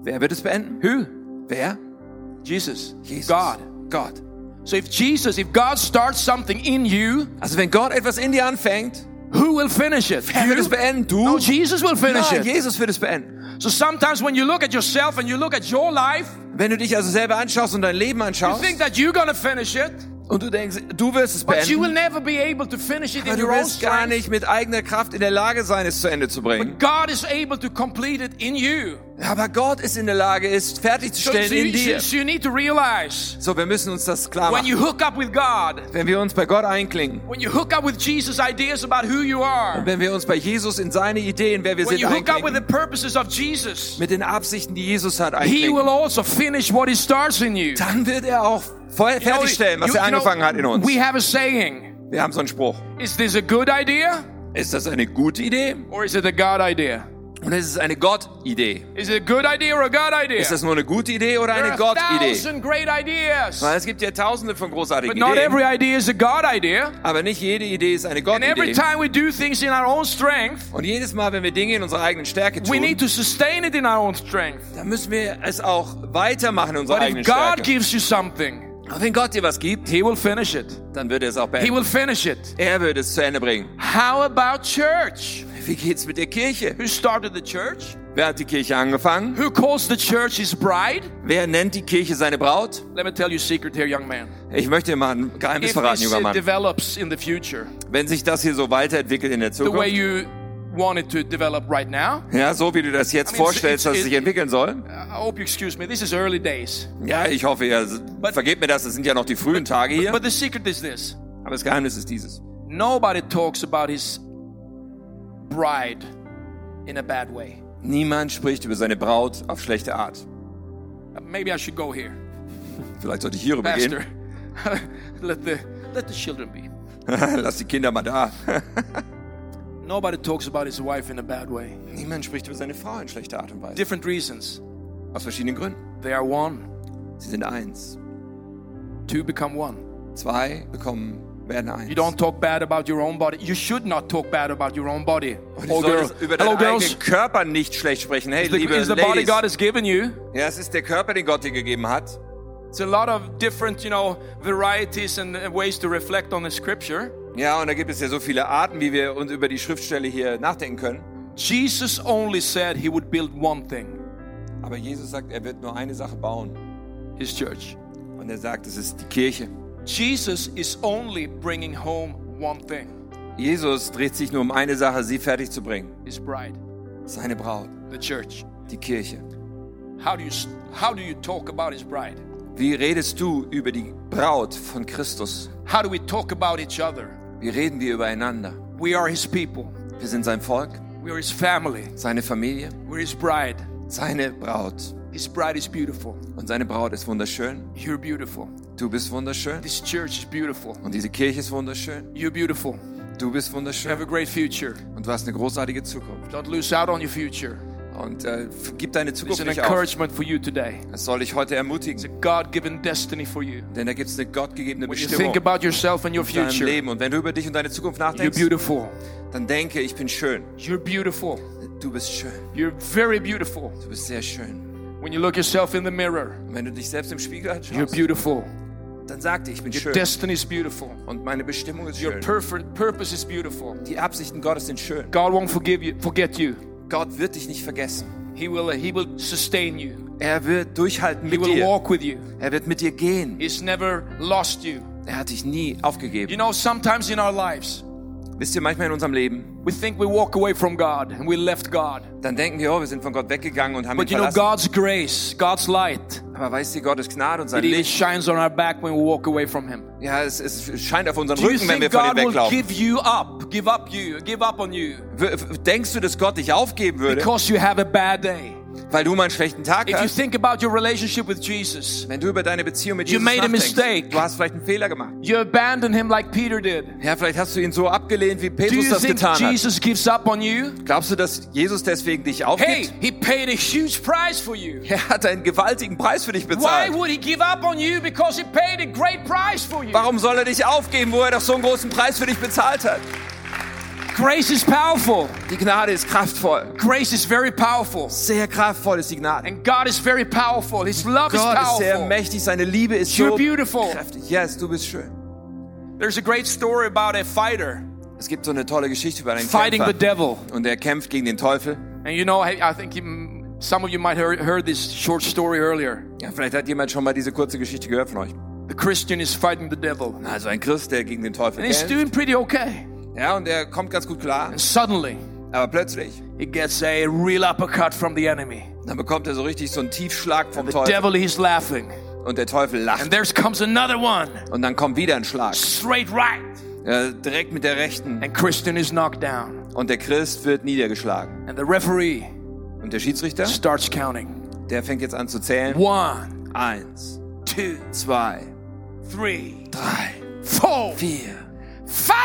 Wer wird es beenden? Who? Wer? Jesus. Jesus. God. Gott. So if Jesus, if God starts something in you, Also wenn Gott etwas in dir anfängt, who will finish it? er wird es You? beenden. Du? No, Jesus will finish Nein, it. Jesus wird es beenden. So sometimes when you look at yourself and you look at your life, Wenn du dich also selber anschaust und dein Leben you anschaust think that you're gonna finish it, und du denkst, du wirst es but you will beenden, never be able to finish it aber in du your own wirst gar strength. nicht mit eigener Kraft in der Lage sein, es zu Ende zu bringen. God is able to complete it in you. Aber Gott ist in der Lage, es So, fertigzustellen so in you, dir. so you need to realize So, wir müssen uns das klar when machen. you hook up with God, Wenn wir uns bei Gott einklingen, when you hook up with Jesus' ideas about who you are, wenn wir uns bei Jesus in seine Ideen, wer wir when sind, you hook up with the einklingen, purposes of Jesus, mit den Absichten, die Jesus hat, He will einklingen, also finish what He starts in you. dann wird er auch voll You know, fertigstellen, was you- er you know, angefangen hat in uns. We have a saying Wir haben so einen Spruch. Is this a good idea Ist das eine gute Idee or is it a God idea? oder ist es eine Gott-Idee? Is it a good idea or a God idea? Ist das nur eine gute Idee oder there eine are Gott-Idee? thousand great ideas, Weil es gibt ja tausende von but großartigen not every Ideen, idea is a God idea. aber nicht jede Idee ist eine And every Gott-Idee. time we do things in our own strength, Und jedes Mal, wenn wir Dinge in unserer eigenen Stärke We need tun, to sustain it in our own strength. dann müssen wir es auch weitermachen in unserer But if eigenen God Stärke. gives you something, Aber wenn Gott dir was gibt, He will finish it. dann wird er es auch He beenden. will finish it. Er wird es zu Ende bringen. How about church? Wie geht's mit der Kirche? Who started the church? Wer hat die Kirche angefangen? Who calls the church his bride? Wer nennt die Kirche seine Braut? Let me tell you a secret here, young man. Ich möchte dir mal ein Geheimnis If verraten, this junger uh, Mann. develops in the future Wenn sich das hier so weiterentwickelt in der the way Zukunft, you want it to develop right now, ja, so wie du das jetzt I mean, it's- vorstellst, dass it's- es sich entwickeln soll, I hope you excuse me, this is early days. ja, ich hoffe, ihr s- vergebt mir das, es sind ja noch die frühen Tage hier, But the secret is this aber das Geheimnis ist dieses. nobody talks about his bride in a bad way. Niemand spricht über seine Braut auf schlechte Art. Uh, Maybe I should go here. Vielleicht sollte ich hierüber Pastor, gehen. (laughs) let the let the children be. (laughs) Lass die Kinder mal da. Nobody talks about his wife in a bad way. Niemand spricht über seine Frau in schlechter Art und Weise. Different reasons. Aus verschiedenen Gründen. They are one. Sie sind eins. Two become one. Zwei bekommen, werden eins. You don't talk bad about your own body. You should not talk bad about your own body. Und du Oh, girl. solltest über Hello, deinen girls. eigenen Körper nicht schlecht sprechen. Hey, The, liebe is the body Ladies. God has given you. Ja, es ist der Körper, den Gott dir gegeben hat. It's a lot of different, you know, varieties and uh, ways to reflect on the scripture. Ja, und da gibt es ja so viele Arten, wie wir uns über die Schriftstelle hier nachdenken können. Jesus only said he would build one thing, Aber Jesus sagt, er wird nur eine Sache bauen. his church. Und er sagt, es ist die Kirche. Jesus is only bringing home one thing, Jesus dreht sich nur um eine Sache, sie fertig zu bringen. his bride, Seine Braut, the church. die Kirche. How do you how do you talk about his bride? Wie redest du über die Braut von Christus? How do we talk about each other? Wie reden wir übereinander? We are His people. Wir sind sein Volk, We are His family. seine Familie, We're His bride. seine Braut. His bride is beautiful. Und seine Braut ist wunderschön. You're beautiful. Du bist wunderschön. This church is beautiful. Und diese Kirche ist wunderschön. You're beautiful. Du bist You have wunderschön. a great future. Und du hast eine großartige Zukunft. Don't lose out on your future. Und äh, f- gib deine It's Zukunft an nicht auf. encouragement for you today. Das soll dich heute ermutigen. God given destiny for you. Denn da gibt es eine gottgegebene When you think Bestimmung in about yourself and your deinem future, Leben. Und wenn du über dich und deine Zukunft you're nachdenkst, beautiful. dann denke, ich bin schön. You're beautiful. Du bist schön. You're very beautiful. Du bist sehr schön. When you look yourself in the mirror, Und wenn du dich selbst im Spiegel you're anschaust, beautiful. dann sag dir, ich bin Your schön. destiny is beautiful. Und meine Bestimmung ist Your schön. purf- purpose is beautiful. Die Absichten Gottes sind schön. God won't forgive you, forget you. Gott wird dich nicht vergessen. He will, he will sustain you. Er wird durchhalten He mit will dir. walk with you. Er wird mit dir gehen. He's never lost you. Er hat dich nie You aufgegeben. know, sometimes in our lives, Wisst ihr, manchmal in unserem Leben, we think we walk away from God and we left God. dann denken wir, oh, wir sind von Gott weggegangen und haben ihn But you know, verlassen. God's grace, God's light, Aber weißt du, Gottes Gnade und sein it even Licht, shines on our back when we walk away from Him. ja, es, es scheint auf unseren Do you Rücken, wenn think wir von ihm God will weglaufen. give you up, give up you, give up on you W- Denkst du, dass Gott dich aufgeben würde, because you have a bad day? weil du mal einen schlechten Tag If you hast? think about your relationship with Jesus, Wenn du über deine Beziehung mit You Jesus made a nachdenkst, mistake. du hast vielleicht einen Fehler gemacht. you abandon Him like Peter did. Ja, vielleicht hast du ihn so abgelehnt, wie Do Petrus you das think getan hat. Jesus gives up on you? Glaubst du, dass Jesus deswegen dich Hey, aufgibt? He paid a huge price for you. Er hat einen gewaltigen Preis für dich Why bezahlt. would He give up on you? Because He paid a great price for you. Warum soll er dich aufgeben, wo er doch so einen großen Preis für dich bezahlt hat? Grace is powerful. Die Gnade ist kraftvoll. Grace is very powerful. Sehr kraftvoll ist die Gnade. And God is very powerful. His love Gott ist is sehr powerful. mächtig, seine Liebe ist You're so beautiful. kräftig. Yes, du bist schön. There's a great story about a fighter Es gibt so eine tolle Geschichte über einen fighting the Kämpfer. devil. Und er kämpft gegen den Teufel. And you know, I, I think you, mm, some of you might have heard this short story earlier. Ja, vielleicht hat jemand schon mal diese kurze Geschichte gehört von euch. The Christian is fighting the devil. Also ein Christ, der gegen den Teufel And he's kämpft. doing pretty okay. Ja, und er kommt ganz gut klar. And suddenly, Aber plötzlich, he gets a real uppercut from the enemy. dann bekommt er so richtig so einen Tiefschlag vom The Teufel. devil, he's laughing. Und der Teufel And lacht. there comes another one. Und dann kommt wieder ein Schlag. Straight right. Ja, direkt mit der rechten. And Christian is knocked down. Und der Christ wird niedergeschlagen. And the referee Und der Schiedsrichter, starts counting. der fängt jetzt an zu zählen. One, Eins, two, zwei, three, drei, four, vier, five,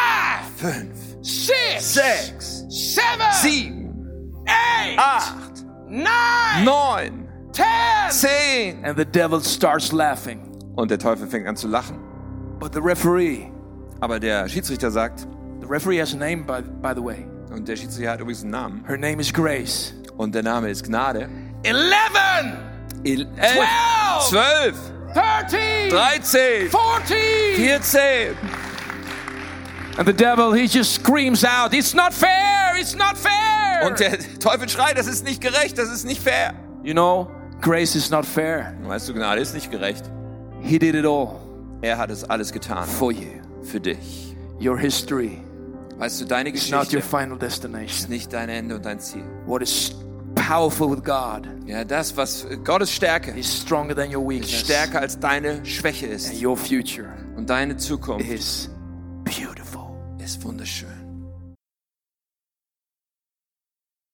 fünf, six, Ah. sechs, seven, sieben, eight, acht, nine, neun, ten. zehn. And the devil starts laughing. Und der Teufel fängt an zu lachen. But the referee, Aber der Schiedsrichter sagt, the referee has a name, by, by the way. und der Schiedsrichter hat übrigens einen Namen. Her name is Grace. Und der Name ist Gnade. 11, El elf, zwölf, 13, dreizehn, 14. vierzehn. And the devil, he just screams out, It's not fair! It's not fair! Und der Teufel schreit, das ist nicht gerecht, das ist nicht fair. you know, Grace is not fair. Weißt du, Gnade ist nicht gerecht. He did it all Er hat es alles getan for you. für dich. Your history Weißt du, deine is not your Geschichte final ist destination. nicht dein Ende und dein Ziel. What is powerful with God Ja, das, was Gottes Stärke is stronger than your weakness. stärker als deine Schwäche And ist. your future Und deine Zukunft is beautiful. ist wunderschön.